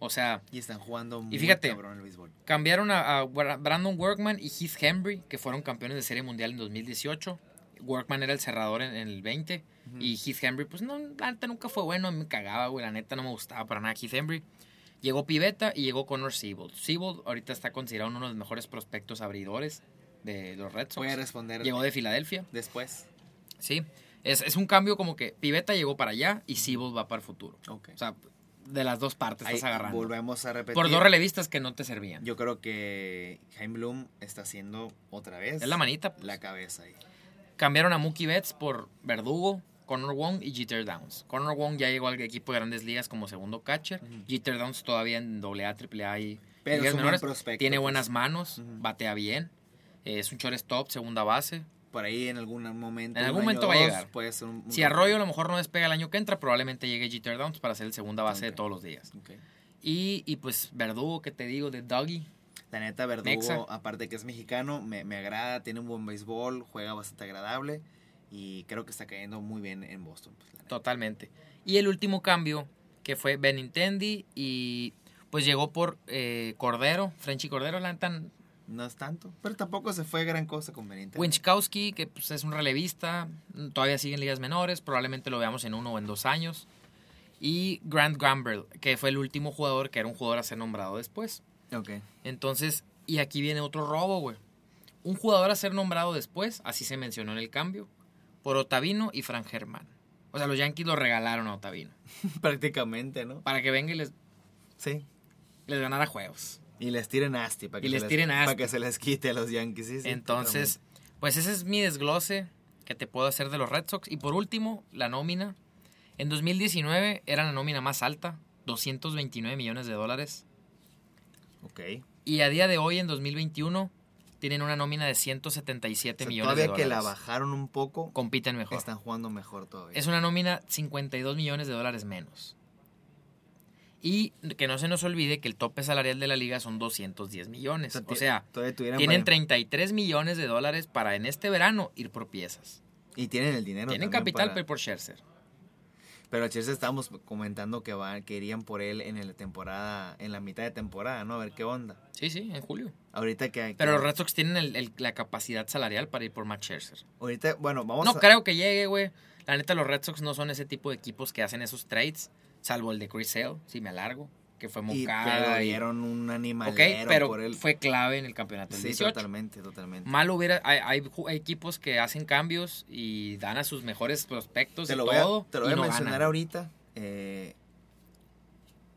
S2: O sea,
S3: Y están jugando muy
S2: fíjate,
S3: cabrón el béisbol.
S2: cambiaron a, a Brandon Workman y Heath Henry, que fueron campeones de Serie Mundial en 2018. Workman era el cerrador en, en el 20.
S3: Ujú.
S2: Y Heath Henry, pues no, la neta nunca fue bueno, a mí me cagaba, güey, la neta no me gustaba para nada Heath Henry. Llegó Pivetta y llegó Connor Siebold. Siebold ahorita está considerado uno de los mejores prospectos abridores de los Red Sox.
S3: Voy a responder
S2: Llegó de Filadelfia,
S3: después.
S2: sí. Es, es un cambio como que Pivetta llegó para allá y Siebold va para el futuro.
S3: Ok.
S2: O sea, de las dos partes
S3: Ahí
S2: estás agarrando.
S3: volvemos a repetir.
S2: Por dos relevistas que no te servían.
S3: Yo creo que Jaime Bloom está haciendo otra vez
S2: es la manita. pues.
S3: la cabeza ahí.
S2: Cambiaron a Mookie Betts por Verdugo, Connor Wong y Jeter Downs. Connor Wong ya llegó al equipo de grandes ligas como segundo catcher.
S3: Ujú.
S2: Jeter Downs todavía en AA, AAA y
S3: Pero
S2: ligas
S3: es un buen
S2: menores.
S3: prospecto.
S2: Tiene
S3: pues.
S2: buenas manos,
S3: Ujú.
S2: batea bien. eh, Es un shortstop, segunda base.
S3: Por ahí en algún momento.
S2: En
S3: un
S2: algún
S3: año
S2: momento
S3: o
S2: va a
S3: dos,
S2: llegar.
S3: Puede ser un, un-
S2: Si Arroyo a lo mejor no despega el año que entra, probablemente llegue Jeter Downs para ser el segunda base de
S3: Ok.
S2: todos los días.
S3: Ok.
S2: Y, y pues Verdugo, que te digo, de Dougie.
S3: La neta, Verdugo,
S2: Nexa.
S3: aparte que es mexicano, me, me agrada, tiene un buen béisbol, juega bastante agradable y creo que está cayendo muy bien en Boston. pues, la neta.
S2: Totalmente. Y el último cambio, que fue Benintendi y pues llegó por eh, Cordero, Frenchy Cordero, la neta,
S3: No es tanto, pero tampoco se fue gran cosa conveniente.
S2: Winchkowski, que pues, es un relevista, mm, todavía sigue en ligas menores, probablemente lo veamos en uno o en dos años. Y Grant Gambrell, que fue el último jugador, que era un jugador a ser nombrado después.
S3: Ok.
S2: Entonces, y aquí viene otro robo, güey. Un jugador a ser nombrado después, así se mencionó en el cambio, por Otavino y Fran Germán. O sea, los Yankees lo regalaron a Otavino.
S3: Prácticamente, ¿no?
S2: Para que venga y les,
S3: Sí.
S2: les ganara juegos.
S3: Y les tiren nasty para que,
S2: Y
S3: se
S2: les tiren
S3: para
S2: nasty.
S3: que se les quite a los Yankees. sí, sí,
S2: Entonces, pues ese es mi desglose que te puedo hacer de los Red Sox. Y por último, la nómina. En 2019 era la nómina más alta, 229 millones de dólares.
S3: totalmente. Ok.
S2: Y a día de hoy, en 2021, tienen una nómina de 177
S3: O sea,
S2: millones de dólares.
S3: todavía que la bajaron un poco,
S2: Compiten mejor.
S3: están jugando mejor todavía.
S2: Es una nómina 52 millones de dólares menos. Y que no se nos olvide que el tope salarial de la liga son 210 millones. O sea,
S3: todavía tuvieran
S2: tienen
S3: para-
S2: 33 millones de dólares para en este verano ir por piezas.
S3: y tienen el dinero.
S2: Tienen
S3: también
S2: capital
S3: para-
S2: para ir por Scherzer.
S3: Pero ayer se estábamos comentando que, va, que irían por él en la temporada, en la mitad de temporada, ¿no? A ver qué onda.
S2: Sí, sí, en julio.
S3: Ahorita que...
S2: Pero
S3: que-
S2: los Red Sox tienen el- el- la capacidad salarial para ir por Matt Scherzer.
S3: Ahorita, bueno, vamos
S2: No
S3: a...
S2: creo que llegue, güey. La neta, los Red Sox no son ese tipo de equipos que hacen esos trades, salvo el de Chris Sale, si me alargo, que fue
S3: y,
S2: mocada.
S3: pero
S2: y-
S3: dieron un animal
S2: Ok, pero
S3: por él.
S2: fue clave en el campeonato. del
S3: sí,
S2: 18.
S3: totalmente, totalmente.
S2: Mal hubiera. Hay, hay ju- hay equipos que hacen cambios y dan a sus mejores prospectos
S3: Te
S2: y
S3: lo voy a,
S2: Pues todo.
S3: te lo voy
S2: y
S3: a
S2: no
S3: mencionar
S2: ganan.
S3: ahorita. eh,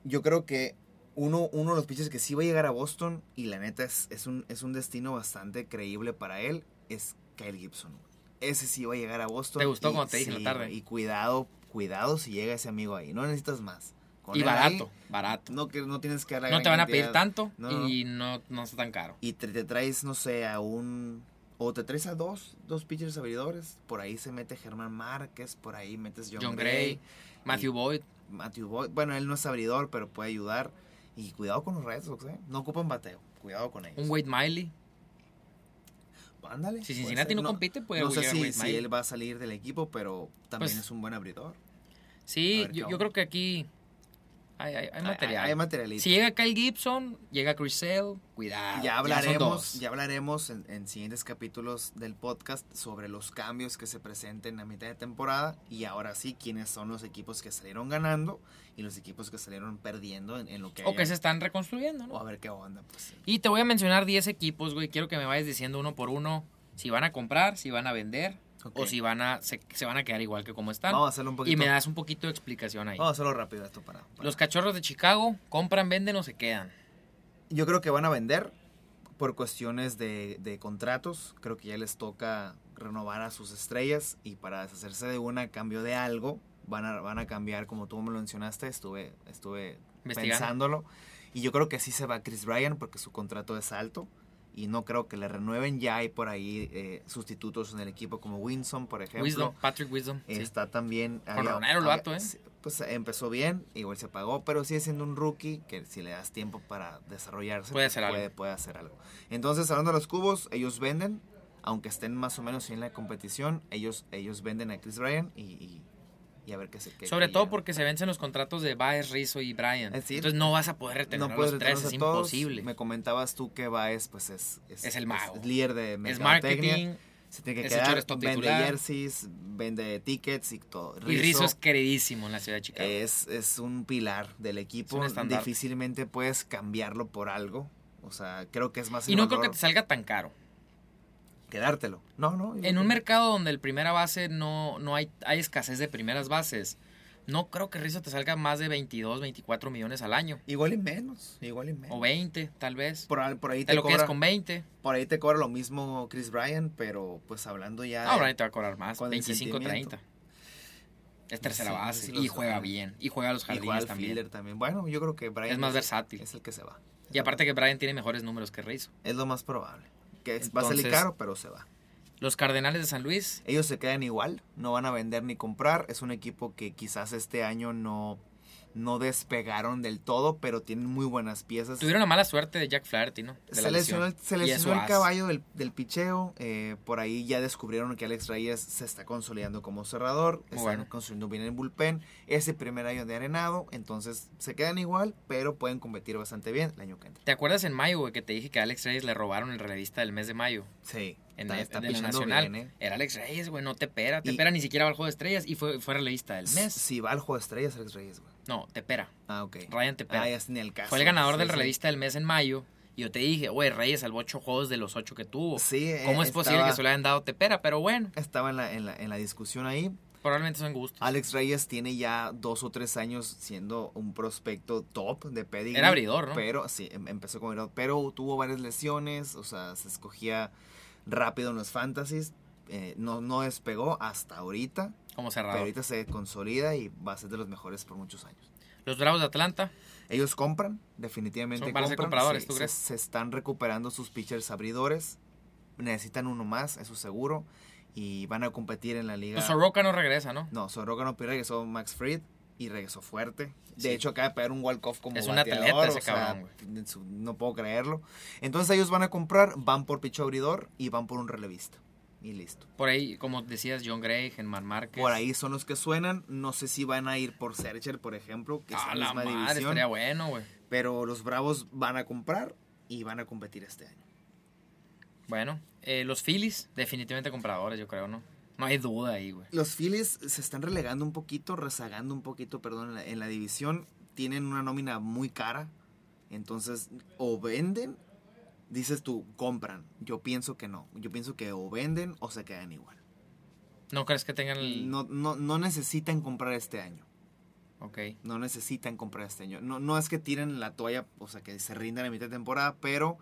S3: yo creo que uno, uno de los pitchers que sí va a llegar a Boston, y la neta es, es, un, es un destino bastante creíble para él, es Kyle Gibson. Ese sí va a llegar a Boston.
S2: ¿Te gustó
S3: y-
S2: cuando te dije en la
S3: sí,
S2: tarde?
S3: Y cuidado, cuidado si llega ese amigo ahí. No necesitas más. Con
S2: Y
S3: él ahí,
S2: barato, barato.
S3: no, que, no tienes que dar la
S2: No
S3: gran
S2: te van a
S3: cantidad.
S2: pedir tanto
S3: No, no,
S2: y no, no está tan caro.
S3: y te, te traes, no sé, a un... O te traes a dos, dos pitchers abridores. Por ahí se mete Germán Márquez, por ahí metes John,
S2: John
S3: Gray,
S2: Gray, Matthew Boyd.
S3: Matthew Boyd. Bueno, él no es abridor, pero puede ayudar. Y cuidado con los Red Sox, ¿eh? No ocupan bateo. Cuidado con ellos.
S2: Un Wade Miley.
S3: Ándale.
S2: Si
S3: puede
S2: Cincinnati
S3: ser.
S2: no, compite, puede
S3: no sé
S2: llegar
S3: si,
S2: Wade
S3: si
S2: Miley.
S3: él va a salir del equipo, pero también
S2: Pues,
S3: es un buen abridor. Ah, a
S2: Sí,
S3: ver qué
S2: yo,
S3: onda.
S2: yo creo que aquí hay, hay- hay
S3: Hay-
S2: material.
S3: ah, Hay, hay materialito.
S2: si llega Kyle Gibson, llega Chris Sale, cuidado.
S3: Ya
S2: son
S3: hablaremos,
S2: dos.
S3: ya, hablaremos en, en siguientes capítulos del podcast sobre los cambios que se presenten a mitad de temporada y ahora sí quiénes son los equipos que salieron ganando y los equipos que salieron perdiendo en, en lo que
S2: O que
S3: hayan-
S2: se están reconstruyendo,
S3: o
S2: ¿no?
S3: a ver qué onda pues.
S2: Y te voy a mencionar 10 equipos, güey. Quiero que me vayas diciendo uno por uno si van a comprar, si van a vender
S3: Ok.
S2: o si van a se, se van a quedar igual que como están.
S3: Vamos a hacerlo un
S2: y
S3: poquito.
S2: me das un poquito de explicación ahí.
S3: Vamos a hacerlo rápido esto para, para-
S2: Los cachorros de Chicago compran, venden o se quedan.
S3: Yo creo que van a vender por cuestiones de, de contratos. Creo que ya les toca renovar a sus estrellas y para deshacerse de una a cambio de algo van a, van a cambiar, como tú me lo mencionaste, estuve, estuve
S2: Investigando.
S3: pensándolo. Y yo creo que sí se va Chris Bryan porque su contrato es alto y no creo que le renueven. Ya hay por ahí eh, sustitutos en el equipo como Winson, por ejemplo. Este,
S2: Wisdom, Patrick Wisdom. sí.
S3: Está también.
S2: Jonronero el vato, ¿eh?
S3: sí, Pues empezó bien, igual se apagó, pero sigue siendo un rookie que si le das tiempo para desarrollarse,
S2: Puede
S3: pues,
S2: hacer algo.
S3: puede, puede hacer algo. Entonces, hablando de los cubos, ellos venden, aunque estén más o menos en la competición, ellos, ellos venden a Chris Bryan y, y- y a ver qué se qué-
S2: Sobre
S3: qué
S2: todo
S3: llegan.
S2: porque se vencen los contratos de Baez, Rizzo y Bryan.
S3: Es decir,
S2: Entonces no vas a poder retener
S3: no
S2: a
S3: puedes
S2: los tres,
S3: retenerlos
S2: es
S3: a todos.
S2: imposible.
S3: Me comentabas tú que Baez, pues es,
S2: Es el mago.
S3: líder de
S2: es
S3: mercadotecnia.
S2: marketing,
S3: se tiene que
S2: Ese
S3: quedar.
S2: shortstop
S3: Vende
S2: titular.
S3: jerseys, vende tickets y todo.
S2: Y Rizzo es queridísimo en la ciudad de Chicago.
S3: es, es un pilar del equipo.
S2: un estandarte.
S3: Difícilmente puedes cambiarlo por algo. O sea, creo que es más
S2: y
S3: el
S2: no creo que
S3: valor
S2: te salga tan caro.
S3: quedártelo. No, no. yo
S2: En un
S3: creo-
S2: mercado donde el primera base no, no hay, hay escasez de primeras bases, no creo que Rizzo te salga más de 22, 24 millones al año.
S3: Igual y menos. Igual y menos.
S2: O 20, tal vez.
S3: Por, ahí- por ahí
S2: Te
S3: te,
S2: lo quedas
S3: cobra,
S2: con 20.
S3: por ahí te cobra lo mismo Chris Bryan, pero pues hablando ya. de-
S2: Ahora te va a cobrar más.
S3: con el
S2: 25, 30. Es tercera
S3: Sí, no sé
S2: base.
S3: si
S2: y
S3: los
S2: juega
S3: saben.
S2: bien. Y juega a los
S3: y
S2: jardines
S3: igual
S2: también.
S3: fielder también. Bueno, yo creo que Bryan
S2: Es más versátil.
S3: Es el que se va.
S2: Y aparte que Brian tiene mejores números que Rizzo.
S3: Es lo más probable. Que es- va a salir
S2: Entonces-
S3: caro, pero se va.
S2: Los Cardenales de San Luis.
S3: Ellos se quedan igual, no van a vender ni comprar. Es un equipo que quizás este año no, no despegaron del todo, pero tienen muy buenas piezas.
S2: Tuvieron la mala suerte de Jack Flaherty, ¿no? De la
S3: se lesionó,
S2: lesión.
S3: el- se
S2: Y
S3: lesionó
S2: eso
S3: el
S2: hace.
S3: caballo del, del picheo. eh, por ahí ya descubrieron que Alex Reyes se está consolidando como cerrador. Están
S2: bueno.
S3: construyendo bien el bullpen. Ese primer año de arenado. Entonces se quedan igual, pero pueden competir bastante bien el año que entra.
S2: ¿Te acuerdas en mayo, güey, que te dije que a Alex Reyes le robaron el relevista del mes de mayo?
S3: Sí,
S2: En
S3: está,
S2: el-
S3: está
S2: de la
S3: pichando
S2: Nacional.
S3: bien, ¿eh?
S2: Era Alex Reyes, güey, no te pera. Te
S3: Y-
S2: pera ni siquiera va al juego de estrellas y fue, fue relevista del mes.
S3: Si va al juego de estrellas, Alex Reyes, güey.
S2: No, te pera.
S3: Ah, ok.
S2: Ryan te pera.
S3: Ah, ya es ni el caso.
S2: fue el ganador
S3: Sí,
S2: del
S3: sí.
S2: relevista del mes en mayo. Y yo te dije, güey, Reyes salvó ocho juegos de los ocho que tuvo.
S3: Sí, eh,
S2: ¿Cómo es posible que
S3: estaba-
S2: se lo hayan dado Tepera? Pero bueno,
S3: Estaba en la, en, la, en la discusión ahí.
S2: probablemente son gustos.
S3: Alex Reyes tiene ya dos o tres años siendo un prospecto top de pedigree.
S2: Era abridor, ¿no?
S3: Pero sí, em- empezó como abridor, pero tuvo varias lesiones, o sea, se escogía rápido en los fantasies. eh, no, no despegó hasta ahorita,
S2: Como
S3: pero
S2: cerrador.
S3: ahorita se consolida y va a ser de los mejores por muchos años.
S2: Los Bravos de Atlanta,
S3: Ellos compran, definitivamente
S2: Son- van a ser
S3: compran,
S2: compradores,
S3: sí,
S2: ¿tú
S3: se-
S2: crees?
S3: Se, están recuperando sus pitchers abridores. Necesitan uno más, eso seguro. Y van a competir en la liga.
S2: pues Soroka no regresa, ¿no?
S3: No, Soroka no regresó Max Fried y regresó fuerte. De
S2: Sí.
S3: hecho, acaba de pegar un walk-off como
S2: Es un
S3: bateador,
S2: atleta ese
S3: o sea,
S2: cabrón,
S3: en su- no puedo creerlo. Entonces ellos van a comprar, van por picho abridor y van por un relevista. Y listo.
S2: Por ahí, como decías, John Gray, Germán Márquez.
S3: Por ahí son los que suenan. No sé si van a ir por Searcher, por ejemplo, que es
S2: Ah, la
S3: la misma
S2: madre,
S3: división.
S2: estaría bueno, güey.
S3: Pero los Bravos van a comprar y van a competir este año.
S2: Bueno, eh, los Phillies, definitivamente compradores, yo creo, ¿no? No hay duda ahí, güey.
S3: Los Phillies se están relegando un poquito, rezagando un poquito, perdón, en la, en la división. Tienen una nómina muy cara. Entonces, o venden, dices tú, compran. Yo pienso que no. Yo pienso que o venden o se quedan igual.
S2: ¿No crees que tengan el...?
S3: No, no, no necesitan comprar este año.
S2: Ok.
S3: No necesitan comprar este año. No, no es que tiren la toalla, o sea, que se rindan a mitad de temporada, pero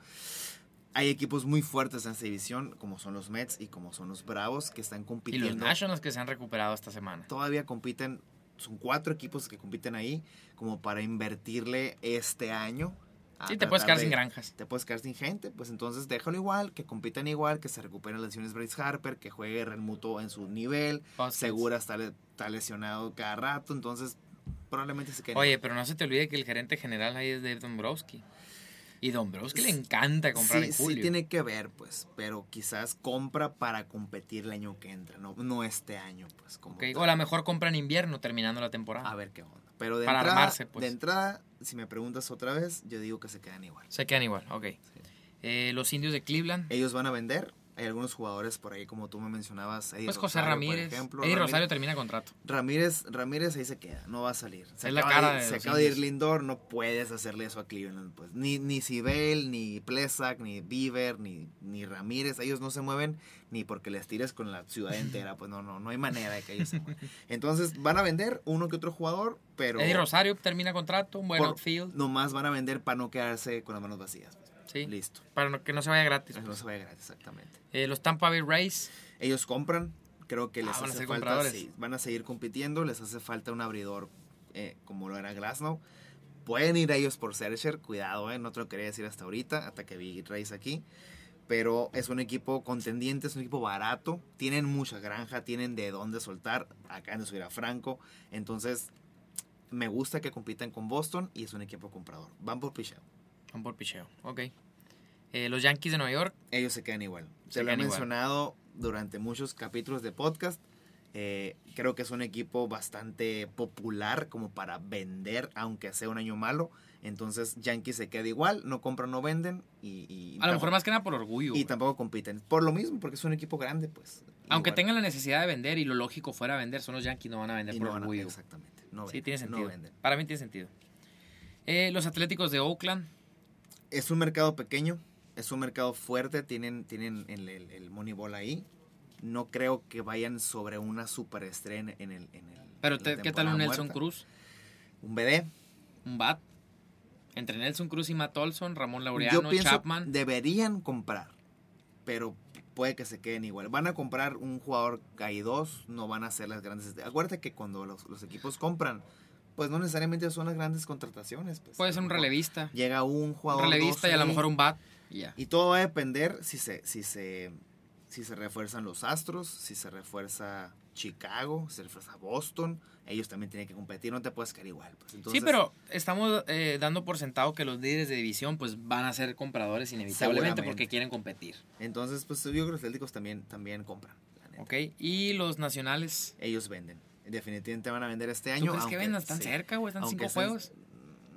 S3: hay equipos muy fuertes en esta división, como son los Mets y como son los Bravos, que están
S2: Y
S3: compitiendo
S2: los Nationals que se han recuperado esta semana.
S3: todavía compiten, son cuatro equipos que compiten ahí, como para invertirle este año. a
S2: Sí, te puedes quedar
S3: tratar
S2: sin
S3: de-
S2: granjas.
S3: Te puedes quedar sin gente, pues entonces déjalo igual, que compitan igual, que se recuperen las lesiones Bryce Harper, que juegue Renmuto en su nivel,
S2: Busquets.
S3: Segura está, le- está lesionado cada rato, entonces probablemente se queden.
S2: Oye, pero no se te olvide que el gerente general ahí es Dave Dombrowski. Y Dombrowski le encanta comprar
S3: sí,
S2: en
S3: sí
S2: julio.
S3: tiene que ver, pues, pero quizás compra para competir el año que entra, no, no este año, pues, como
S2: Ok, O
S3: tal.
S2: a lo mejor compra en invierno terminando la temporada.
S3: a ver qué onda. Pero de,
S2: Para
S3: entrada,
S2: armarse, pues.
S3: de entrada, si me preguntas otra vez, yo digo que se quedan igual.
S2: Se quedan igual, ok. Eh, los indios de Cleveland.
S3: Ellos van a vender. Hay algunos jugadores por ahí, como tú me mencionabas. Eddie
S2: pues José
S3: Rosario, por
S2: Ramírez.
S3: ejemplo.
S2: Eddie
S3: Ramírez-
S2: Rosario termina contrato.
S3: Ramírez, Ramírez ahí se queda, no va a salir. Se
S2: Es la
S3: acaba
S2: cara
S3: de,
S2: de
S3: se
S2: los
S3: acaba de ir
S2: indios.
S3: Lindor, no puedes hacerle eso a Cleveland. Pues. Ni, ni Sibel, ni Plesak, ni Bieber, ni, ni Ramírez, ellos no se mueven ni porque les tires con la ciudad entera. Pues no, no, no hay manera de que ellos se muevan. Entonces van a vender uno que otro jugador, pero
S2: Eddie Rosario termina contrato, un buen
S3: Por-
S2: outfield.
S3: nomás van a vender para no quedarse con las manos vacías. pues.
S2: Sí,
S3: Listo.
S2: para no- que no se vaya gratis.
S3: Eso no
S2: pues.
S3: se vaya gratis, exactamente.
S2: Eh, los Tampa Bay Rays.
S3: Ellos compran, creo que les
S2: Ah, van a
S3: hace
S2: ser
S3: falta.
S2: compradores.
S3: sí, van a seguir compitiendo, les hace falta un abridor eh, como lo era Glasnow. Pueden ir ellos por Searcher, cuidado, eh, no te lo quería decir hasta ahorita, hasta que vi Reyes aquí. Pero es un equipo contendiente, es un equipo barato, tienen mucha granja, tienen de dónde soltar. Acá de subir a Franco, entonces me gusta que compitan con Boston y es un equipo comprador. Van por picheo.
S2: Van por picheo, ok. Eh, los Yankees de Nueva York.
S3: Ellos se quedan igual.
S2: Se
S3: Se lo he
S2: quedan igual.
S3: mencionado durante muchos capítulos de podcast. Eh, creo que es un equipo bastante popular como para vender, aunque sea un año malo. Entonces Yankees se queda igual, no compran, no venden y...
S2: A
S3: y
S2: lo
S3: tampoco-
S2: mejor más que nada por orgullo.
S3: Y
S2: güey.
S3: tampoco compiten. Por lo mismo, porque es un equipo grande, pues.
S2: Aunque
S3: Igual.
S2: tengan la necesidad de vender y lo lógico fuera vender, son los Yankees no van a vender
S3: Y
S2: por
S3: no van a-
S2: orgullo.
S3: Exactamente. No
S2: sí,
S3: venden,
S2: tiene
S3: no
S2: sentido.
S3: venden.
S2: Para mí tiene sentido. Eh, los Atléticos de Oakland,
S3: Es un mercado pequeño, es un mercado fuerte, tienen, tienen el, el, el Moneyball ahí. No creo que vayan sobre una superestrena en el... En el
S2: pero
S3: la
S2: te- ¿qué tal
S3: temporada
S2: un Nelson
S3: muerta.
S2: Cruz?
S3: Un BD.
S2: Un bat. Entre Nelson Cruz y Matt Olson, Ramón
S3: Yo
S2: Laureano,
S3: pienso
S2: Chapman.
S3: deberían comprar, pero puede que se queden igual. Van a comprar un jugador hay dos, no van a hacer las grandes. Acuérdate que cuando los, los equipos compran, pues no necesariamente son las grandes contrataciones. pues.
S2: Puede ser un relevista.
S3: Llega un
S2: Un
S3: jugador.
S2: relevista
S3: dos eh,
S2: y a lo
S3: ahí,
S2: mejor un bat. y ya.
S3: Y todo va a depender si se, si se, si se refuerzan los Astros, si se refuerza Chicago, si se refuerza Boston. Ellos también tienen que competir, no te puedes quedar igual. pues. Entonces,
S2: sí, pero estamos eh, dando por sentado que los líderes de división pues van a ser compradores inevitablemente
S3: Seguramente.
S2: porque quieren competir.
S3: Entonces, pues yo creo que los Atléticos también, también compran. la neta.
S2: ¿Ok? Y los nacionales.
S3: ellos venden. Definitivamente van a vender este
S2: ¿Tú
S3: año.
S2: crees que
S3: aunque-
S2: vendan tan
S3: sí,
S2: cerca, güey? Están
S3: aunque
S2: cinco
S3: estén-
S2: juegos.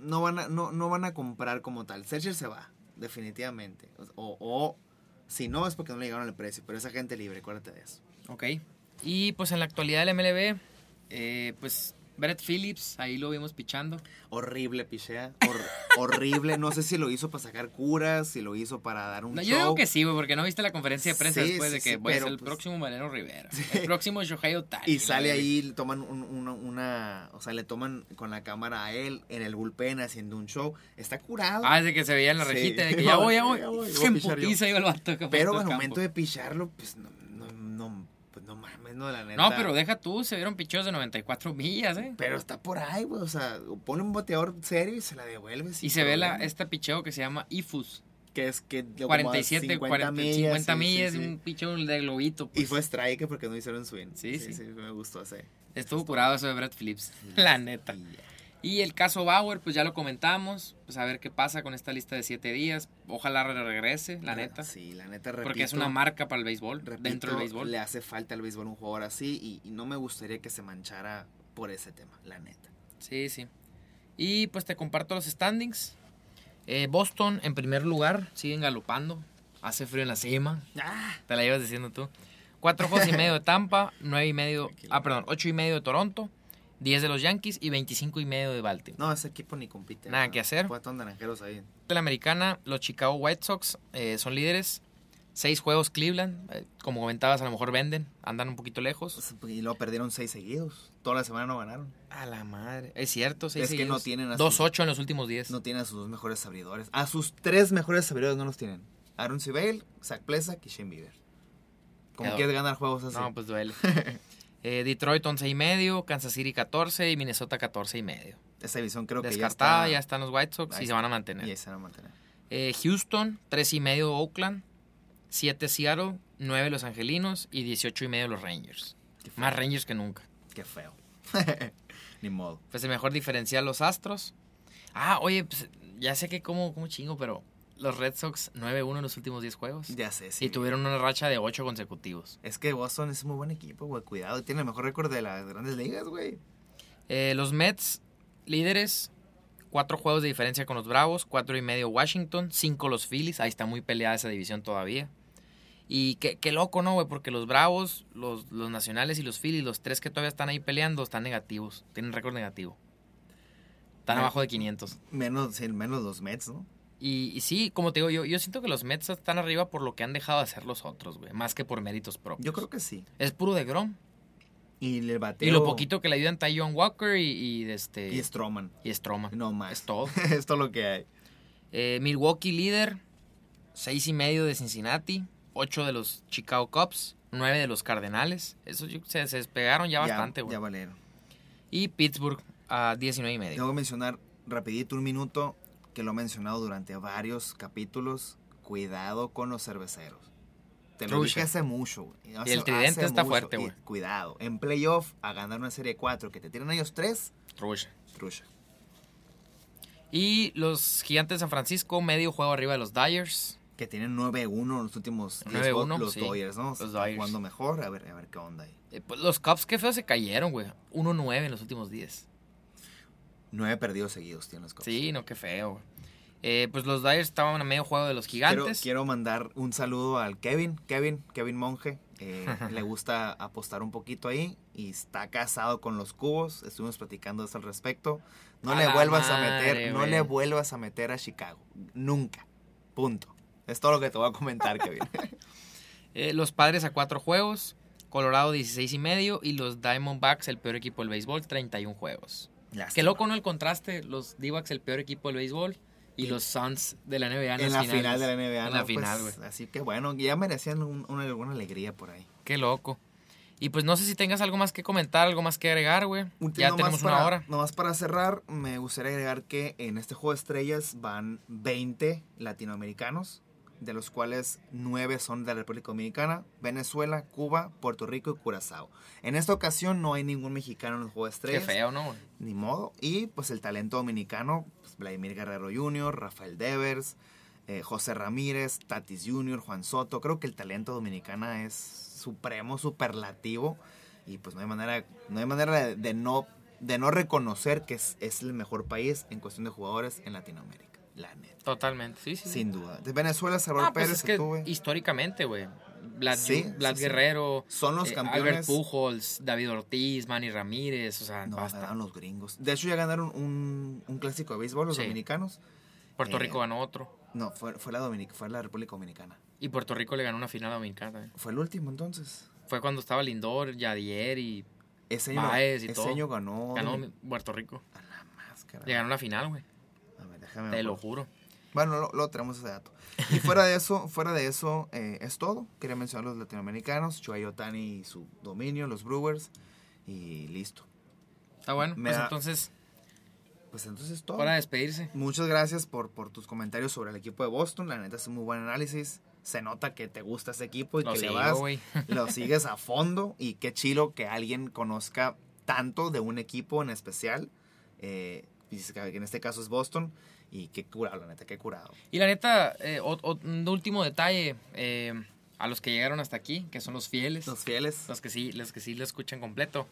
S3: No van, a, no, no van a comprar como tal. Sergio se va, definitivamente. O, o si no, es porque no le llegaron al precio. Pero esa gente libre, acuérdate de eso.
S2: Ok. Y pues en la actualidad del MLB, eh, pues Brett Phillips, ahí lo vimos pichando.
S3: Horrible, pichea. hor- horrible. No sé si lo hizo para sacar curas, si lo hizo para dar un
S2: No,
S3: show.
S2: yo digo que sí, güey, porque no viste la conferencia de prensa
S3: Sí,
S2: después
S3: sí,
S2: de que
S3: sí,
S2: voy a ser
S3: pero,
S2: el
S3: pues,
S2: próximo Mariano Rivera, el próximo Shohei Ohtani.
S3: Y
S2: la
S3: sale
S2: verga.
S3: ahí, le toman un- una, una- O sea, le toman con la cámara a él en el bullpen haciendo un show. Está curado.
S2: Ah, es de que se veía en la
S3: Sí.
S2: rejita, de que ya voy, ya voy.
S3: Ya voy, voy a
S2: En
S3: pichar yo.
S2: putiza iba el vato. que
S3: Pero
S2: fue
S3: al
S2: al
S3: momento
S2: pues, campo.
S3: de picharlo, pues no, no, no, pues, no mames, no, la neta.
S2: No, pero deja tú, se vieron picheos de 94 millas, ¿eh?
S3: Pero está por ahí, güey. O sea, pone un bateador serio y se la devuelve.
S2: Y
S3: sin
S2: se ve la,
S3: problema.
S2: este picheo que se llama IFUS.
S3: Que es que. como a
S2: 47, 40, 50
S3: sí, sí,
S2: millas,
S3: sí.
S2: un picheo de globito.
S3: Y
S2: pues.
S3: fue strike porque no hicieron swing.
S2: Sí, sí.
S3: me gustó hacer.
S2: Estuvo curado eso de Brad Phillips, la neta. Y el caso Bauer, pues ya lo comentamos. Pues a ver qué pasa con esta lista de siete días. Ojalá re- regrese, la neta.
S3: Sí, la neta, repito.
S2: porque es una marca para el béisbol,
S3: repito,
S2: dentro del béisbol.
S3: Le hace falta al béisbol un jugador así y, y no me gustaría que se manchara por ese tema, la neta.
S2: Sí, sí. Y pues te comparto los standings. Eh, Boston en primer lugar, siguen galopando. Hace frío en la cima,
S3: ¡Ah!
S2: te la llevas diciendo tú. Cuatro juegos y medio de Tampa, nueve y medio, ah, perdón, ocho y medio de Toronto, 10 de los Yankees y 25 y medio de Baltimore.
S3: No, ese equipo ni compite.
S2: Nada
S3: ¿verdad?
S2: que hacer.
S3: Cuatro naranjeros ahí.
S2: de la americana, los Chicago White Sox eh, son líderes. Seis juegos Cleveland. eh, como comentabas, a lo mejor venden. Andan un poquito lejos.
S3: Y luego perdieron seis seguidos. Toda la semana no ganaron.
S2: A la madre. Es cierto, seis
S3: Es que
S2: seguidos.
S3: no tienen a sus-
S2: 2-8 en los últimos 10.
S3: No tienen a sus dos mejores abridores. A sus tres mejores abridores no los tienen. Aaron Seibel, Zach Plesak y Shane Bieber. Como
S2: Quedó.
S3: quieres ganar juegos así.
S2: No, pues duele. Eh, Detroit 11 y medio, Kansas City 14 y Minnesota 14 y medio.
S3: Esa división creo que
S2: Descartada, ya,
S3: ya está.
S2: están los White Sox y
S3: Ahí
S2: se
S3: está.
S2: van a mantener.
S3: Y ahí se van a mantener.
S2: Eh, Houston 3 y medio Oakland, 7 Seattle, 9 Los Angelinos y 18 y medio los Rangers.
S3: Qué feo.
S2: Más Rangers que nunca.
S3: Qué feo. Ni modo.
S2: Pues el mejor diferencial los Astros. Ah, oye, pues, ya sé que como, como chingo, pero los Red Sox 9-1 en los últimos 10 juegos.
S3: Ya sé, sí.
S2: Y tuvieron una racha de 8 consecutivos.
S3: Es que Boston es un muy buen equipo, güey. Cuidado, tiene el mejor récord de las grandes ligas, güey.
S2: Eh, los Mets, líderes, 4 juegos de diferencia con los Bravos, 4 y medio Washington, 5 los Phillies, ahí está muy peleada esa división todavía. Y qué, qué loco, ¿no, güey? Porque los Bravos, los, los Nacionales y los Phillies, los tres que todavía están ahí peleando, están negativos, tienen récord negativo. Están
S3: Me-
S2: abajo de 500.
S3: Menos, sí, menos los Mets, ¿no?
S2: Y, y sí, como te digo, yo, yo siento que los Mets están arriba por lo que han dejado de hacer los otros, güey. Más que por méritos propios.
S3: Yo creo que sí.
S2: Es puro de Grom.
S3: Y el bateo.
S2: Y lo poquito que le ayudan Tyon Walker y, y, de este,
S3: Y Stroman.
S2: y Stroman.
S3: No más.
S2: Es todo.
S3: es todo lo que hay.
S2: Eh, Milwaukee líder. Seis y medio de Cincinnati. Ocho de los Chicago Cubs. Nueve de los Cardenales. Eso yo- se, se despegaron ya bastante, güey.
S3: Ya valieron.
S2: Y Pittsburgh a 19 y medio.
S3: Tengo que mencionar rapidito un minuto que lo he mencionado durante varios capítulos. Cuidado con los cerveceros. Te lo
S2: Trucha.
S3: dije hace mucho. güey. Hace-
S2: el tridente
S3: hace
S2: está fuerte,
S3: Y
S2: güey.
S3: Cuidado. En playoff, a ganar una serie 4 que te tienen ellos tres,
S2: Rush.
S3: trucha.
S2: Y los Gigantes de San Francisco, medio juego arriba de los Dyers.
S3: Que tienen 9-1 en los últimos 10
S2: 9-1,
S3: Los
S2: sí.
S3: Dodgers, ¿no?
S2: Los
S3: Se
S2: Dodgers.
S3: Están jugando mejor. A ver, a ver qué onda ahí.
S2: Eh, pues, los Cubs, qué feo se cayeron, güey. 1-9 en los últimos 10.
S3: Nueve perdidos seguidos tienen los Cubs.
S2: Sí, no, qué feo. güey. Eh, pues los Dyers estaban a medio juego de los
S3: Quiero,
S2: gigantes.
S3: quiero mandar un saludo al Kevin, Kevin, Kevin Monje. eh, le gusta apostar un poquito ahí y está casado con los cubos. Estuvimos platicando eso al respecto. No
S2: A
S3: le
S2: la
S3: vuelvas a
S2: madre,
S3: meter, no
S2: güey.
S3: le vuelvas a meter a Chicago. Nunca. Punto. Es todo lo que te voy a comentar, Kevin.
S2: Eh, los padres a cuatro juegos. Colorado 16 y medio. Y los Diamondbacks, el peor equipo del béisbol, 31 juegos.
S3: Lástima.
S2: Qué loco, ¿no? El contraste. Los D-Backs, el peor equipo del béisbol. Y los Suns de la NBA en, las
S3: En la
S2: finales.
S3: final de la NBA.
S2: En la
S3: ¿no? Pues,
S2: final, güey.
S3: Así que bueno, ya merecían un- una, alguna alegría por ahí.
S2: Qué loco. Y pues no sé si tengas algo más que comentar, algo más que agregar, güey.
S3: Un-
S2: Ya
S3: nomás
S2: tenemos
S3: para,
S2: una hora.
S3: Nomás para cerrar, me gustaría agregar que en este juego de estrellas van 20 latinoamericanos, de los cuales 9 son de la República Dominicana, Venezuela, Cuba, Puerto Rico y Curazao. En esta ocasión no hay ningún mexicano en el juego de
S2: Qué
S3: estrellas.
S2: feo, ¿no? güey?
S3: Ni modo. Y pues el talento dominicano, pues, Vladimir Guerrero Jr., Rafael Devers, eh, José Ramírez, Tatis Jr., Juan Soto. Creo que el talento dominicana es supremo, superlativo. Y pues no hay manera, no hay manera de, de no, de no reconocer que es, es el mejor país en cuestión de jugadores en Latinoamérica. La neta.
S2: Totalmente. Sí, sí. sí.
S3: Sin duda. De Venezuela, Salvador
S2: Ah, pues
S3: Pérez,
S2: es que
S3: Altuve,
S2: históricamente, güey. Vlad,
S3: Sí,
S2: Vlad
S3: sí, sí.
S2: Guerrero,
S3: son los
S2: eh, Albert
S3: campeones.
S2: Pujols, David Ortiz, Manny Ramírez, o sea,
S3: No,
S2: basta.
S3: ganaron los gringos. De hecho, ya ganaron un, un clásico de béisbol los
S2: Sí.
S3: dominicanos.
S2: Puerto
S3: eh,
S2: Rico ganó otro.
S3: No, fue, fue, la Dominic- fue la República Dominicana.
S2: Y Puerto Rico le ganó una final a Dominicana. también.
S3: Fue el último entonces.
S2: Fue cuando estaba Lindor, Yadier y
S3: Ese año,
S2: Baez y
S3: ese
S2: todo.
S3: año ganó.
S2: ganó
S3: Domin-
S2: Puerto Rico.
S3: A la máscara.
S2: Le ganó la final, güey.
S3: A ver, déjame.
S2: Te
S3: ver.
S2: lo juro.
S3: Bueno, lo, lo tenemos ese dato. Y fuera de eso, fuera de eso eh, es todo. Quería mencionar los latinoamericanos, Choa Otani y su dominio, los Brewers. Y listo.
S2: Está bueno.
S3: Me
S2: pues
S3: da-
S2: entonces,
S3: Pues entonces es todo.
S2: hora de despedirse.
S3: Muchas gracias por, por tus comentarios sobre el equipo de Boston. La neta es un muy buen análisis. Se nota que te gusta ese equipo y
S2: Lo
S3: Pues que
S2: sigo,
S3: le vas.
S2: güey.
S3: lo sigues a fondo y qué chilo que alguien conozca tanto de un equipo en especial. eh, y dices que en este caso es Boston. Y qué curado, la neta, qué curado.
S2: Y la neta, eh, ot- ot- un último detalle eh, a los que llegaron hasta aquí, que son los fieles, los,
S3: Los fieles.
S2: que sí, los que sí lo escuchan completo.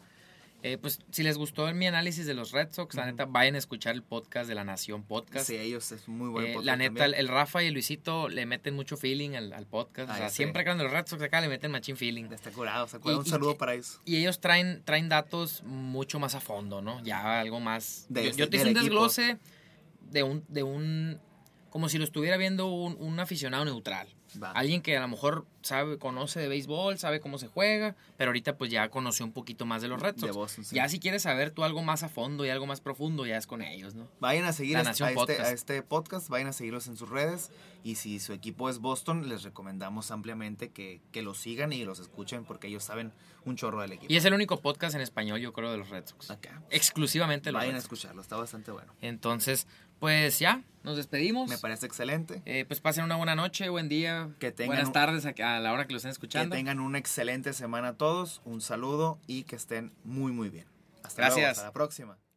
S2: Eh, pues si les gustó mi análisis de los Red Sox, la
S3: Ujú.
S2: neta, vayan a escuchar el podcast de La Nación Podcast.
S3: Sí, ellos es muy buen
S2: Eh,
S3: podcast
S2: la neta, el,
S3: también.
S2: el Rafa y el Luisito le meten mucho feeling al, al podcast.
S3: Ah,
S2: o sea,
S3: ya sé.
S2: siempre que hablan de los Red Sox acá le meten machín feeling.
S3: Está curado, está
S2: Y-
S3: curado. Un
S2: y
S3: saludo
S2: que-
S3: para ellos.
S2: Y ellos traen, traen datos mucho más a fondo, ¿no? Ya algo más.
S3: De- este
S2: yo, yo te hice un
S3: del equipo.
S2: desglose de un, de un. Como si lo estuviera viendo un, un aficionado neutral.
S3: Va.
S2: Alguien que a lo mejor sabe, conoce de béisbol, sabe cómo se juega, pero ahorita pues ya conoció un poquito más de los Red Sox.
S3: De Boston, sí.
S2: Ya si quieres saber tú algo más a fondo y algo más profundo, ya es con ellos, ¿no?
S3: Vayan a seguir
S2: La
S3: a,
S2: Nación
S3: a este,
S2: Podcast.
S3: a este podcast, vayan a seguirlos en sus redes. Y si su equipo es Boston, les recomendamos ampliamente que, que los sigan y los escuchen porque ellos saben un chorro del equipo.
S2: Y es el único podcast en español, yo creo, de los Red Sox.
S3: Acá.
S2: Exclusivamente de los
S3: Ah. Vayan a
S2: Red Sox.
S3: escucharlo, está bastante bueno.
S2: Entonces, pues ya, nos despedimos.
S3: Me parece excelente.
S2: Eh, pues pasen una buena noche, buen día,
S3: Que tengan
S2: buenas
S3: un-
S2: tardes a, a la hora que lo estén escuchando.
S3: Que tengan una excelente semana a todos. Un saludo y que estén muy, muy bien. Hasta luego,
S2: Gracias.
S3: Hasta la próxima.